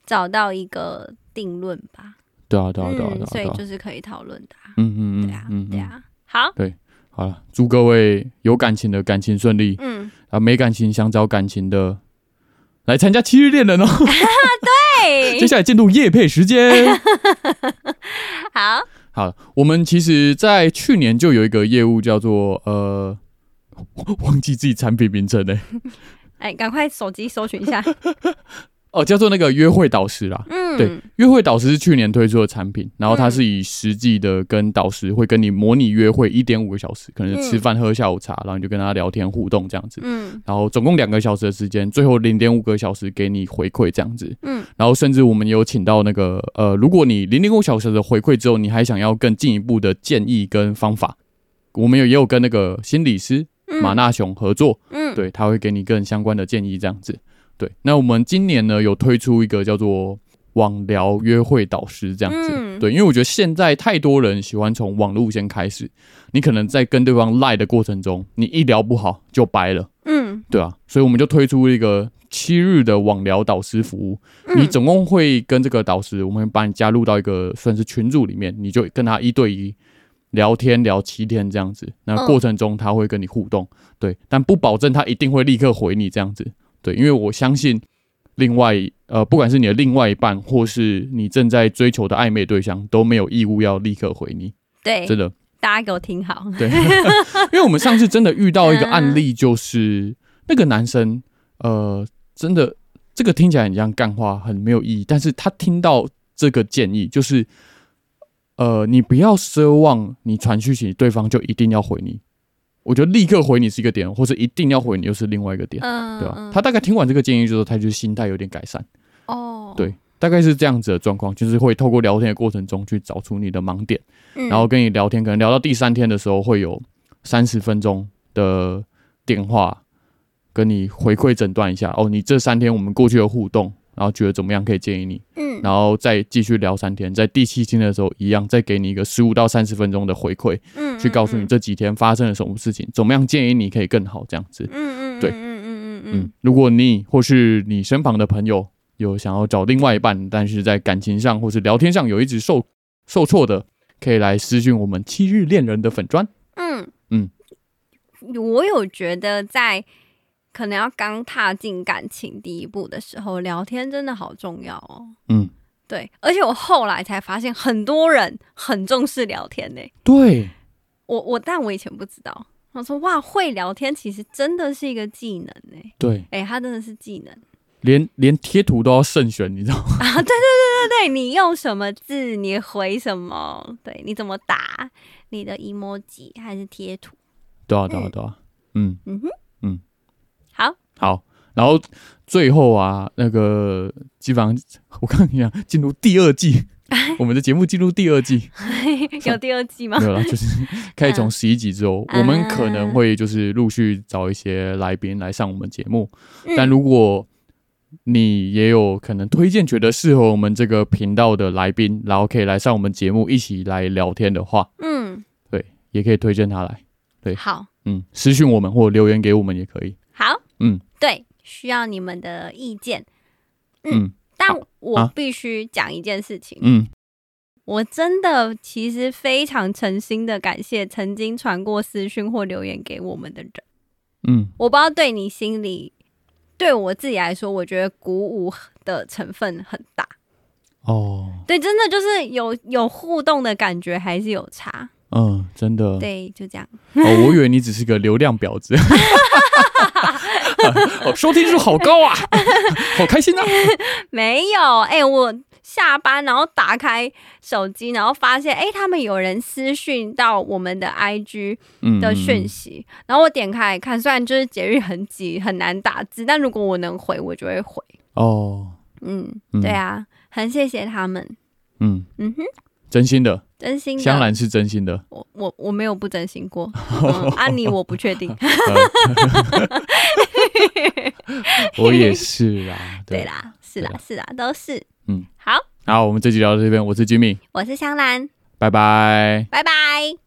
B: 找到一个定论吧。
A: 对啊，对啊，对啊，对
B: 嗯，
A: 啊，
B: 所
A: 对
B: 以
A: 啊，
B: 就是可以讨论的啊。
A: 嗯嗯嗯，
B: 对啊
A: 嗯，
B: 对
A: 嗯
B: 啊，好，
A: 好了，祝各位有感情的感情顺利
B: 嗯，
A: 啊，没感情想找感情的来参加七日恋人哦。
B: 嘿
A: 接，下来进入夜配时间。
B: 好，
A: 好，我们其实，在去年就有一个业务叫做呃， 我忘记自己产品名称嘞，
B: 哎，赶快手机搜寻一下。
A: 哦，叫做那个约会导师啦。
B: 嗯，
A: 对，约会导师是去年推出的产品，然后它
B: 嗯
A: 是以实际的跟导师会跟你模拟约会一点五个小时，可能是吃
B: 嗯
A: 饭、喝下午茶，然后你就跟他聊天互动这样子。
B: 嗯
A: 然后总共两个小时的时间，最后零点五个小时给你回馈这样子。
B: 嗯，
A: 然后甚至我们有请到那个呃，如果你零点五小时的回馈之后，你还想要更进一步的建议跟方法，我们有也有跟那个心理师马纳熊合作，
B: 嗯，
A: 对，他会给你更相关的建议这样子。对，那我们今年呢有推出一个叫做网聊约会导师这样子，
B: 嗯
A: 对，因为我觉得现在太多人喜欢从网络先开始，你可能在跟对方赖的过程中，你一聊不好就掰了，
B: 嗯，
A: 对啊，所以我们就推出一个七日的网聊导师服务，
B: 嗯
A: 你总共会跟这个导师，我们会把你加入到一个算是群组里面，你就跟他一对一聊天聊七天这样子。那
B: 嗯
A: 过程中他会跟你互动，对，但不保证他一定会立刻回你这样子，对，因为我相信另外呃，不管是你的另外一半，或是你正在追求的暧昧对象，都没有义务要立刻回你，
B: 对，
A: 真的。
B: 大家给我听好，
A: 对，因为我们上次真的遇到一个案例，就是那个男生，呃，真的这个听起来很像干话，很没有意义，但是他听到这个建议，就是，呃，你不要奢望你传讯息，对方就一定要回你。我觉得立刻回你是一个点，或者一定要回你又是另外一个点，
B: 嗯，
A: 对吧、
B: 嗯
A: 他大概听完这个建议之后，他就是心态有点改善，
B: 哦，
A: 对，大概是这样子的状况，就是会透过聊天的过程中去找出你的盲点。
B: 嗯，
A: 然后跟你聊天，可能聊到第三天的时候，会有三十分钟的电话跟你回馈诊断一下，哦，你这三天我们过去的互动，然后觉得怎么样，可以建议你，
B: 嗯，
A: 然后再继续聊三天，在第七天的时候一样，再给你一个十五到三十分钟的回馈，
B: 嗯
A: 去告诉你，这几天发生了什么事情，怎么样建议你可以更好这样子。
B: 嗯嗯嗯，
A: 对
B: 嗯嗯嗯嗯
A: 嗯，如果你或是你身旁的朋友有想要找另外一半，但是在感情上或是聊天上有一直受受挫的，可以来私讯我们七日恋人的粉砖。
B: 嗯嗯嗯，我有觉得在可能要刚踏进感情第一步的时候，聊天真的好重要哦。
A: 嗯，
B: 对，而且我后来才发现，很多人很重视聊天呢、
A: 对，
B: 我我，但我以前不知道。我说哇，会聊天其实真的是一个技能呢、
A: 对，
B: 哎、它真的是技能
A: 连连贴图都要慎选，你知道吗？
B: 啊！对对对对对，你用什么字，你回什么，对，你怎么打，你的 emoji 还是贴图，
A: 对啊，对啊，对啊，嗯，
B: 嗯哼，
A: 嗯，
B: 好，
A: 好。然后最后啊，那个基本上 我刚跟你讲，进入第二 季，我们的节目进入第二季，
B: 有第二季 吗
A: 没？有啦，就是
B: 嗯
A: 开始从十一集之后，我们可能会就是陆续找一些来宾来上我们节目。
B: 嗯
A: 但如果你也有可能推荐觉得适合我们这个频道的来宾，然后可以来上我们节目一起来聊天的话，
B: 嗯，
A: 对，也可以推荐他来，对
B: 好，
A: 嗯，私讯我们或留言给我们也可以。
B: 好，
A: 嗯，
B: 对，需要你们的意见，嗯
A: 嗯
B: 但
A: 好
B: 我
A: 啊
B: 必须讲一件事情，
A: 嗯，
B: 我真的其实非常诚心的感谢曾经传过私讯或留言给我们的人。
A: 嗯，
B: 我不知道对你心里，对我自己来说，我觉得鼓舞的成分很大。
A: 哦，
B: 对，真的就是有有互动的感觉，还是有差。
A: 嗯，真的，
B: 对，就这样。
A: 哦，我以为你只是个流量婊 子。 哦，收听数好高啊，好开 心啊！
B: 没有，哎、我下班然后打开手机，然后发现，哎、他们有人私讯到我们的 IG
A: 嗯
B: 的讯息，然后我点开来看，虽然就是节日很挤，很难打字，但如果我能回，我就会回。
A: 哦，
B: 嗯，
A: 嗯
B: 对啊，很谢谢他们。
A: 嗯，
B: 嗯哼，
A: 真心的，
B: 真心的。
A: 香兰是真心的，
B: 我我我没有不真心 过，嗯、安妮我不确定。
A: 我也是啦。
B: 对，啦，是
A: 对
B: 啦，是啦，都是。
A: 嗯，
B: 好，
A: 好，我们这集聊到这边，我是 Jimmy，
B: 我是香兰，
A: 拜拜。
B: 拜拜。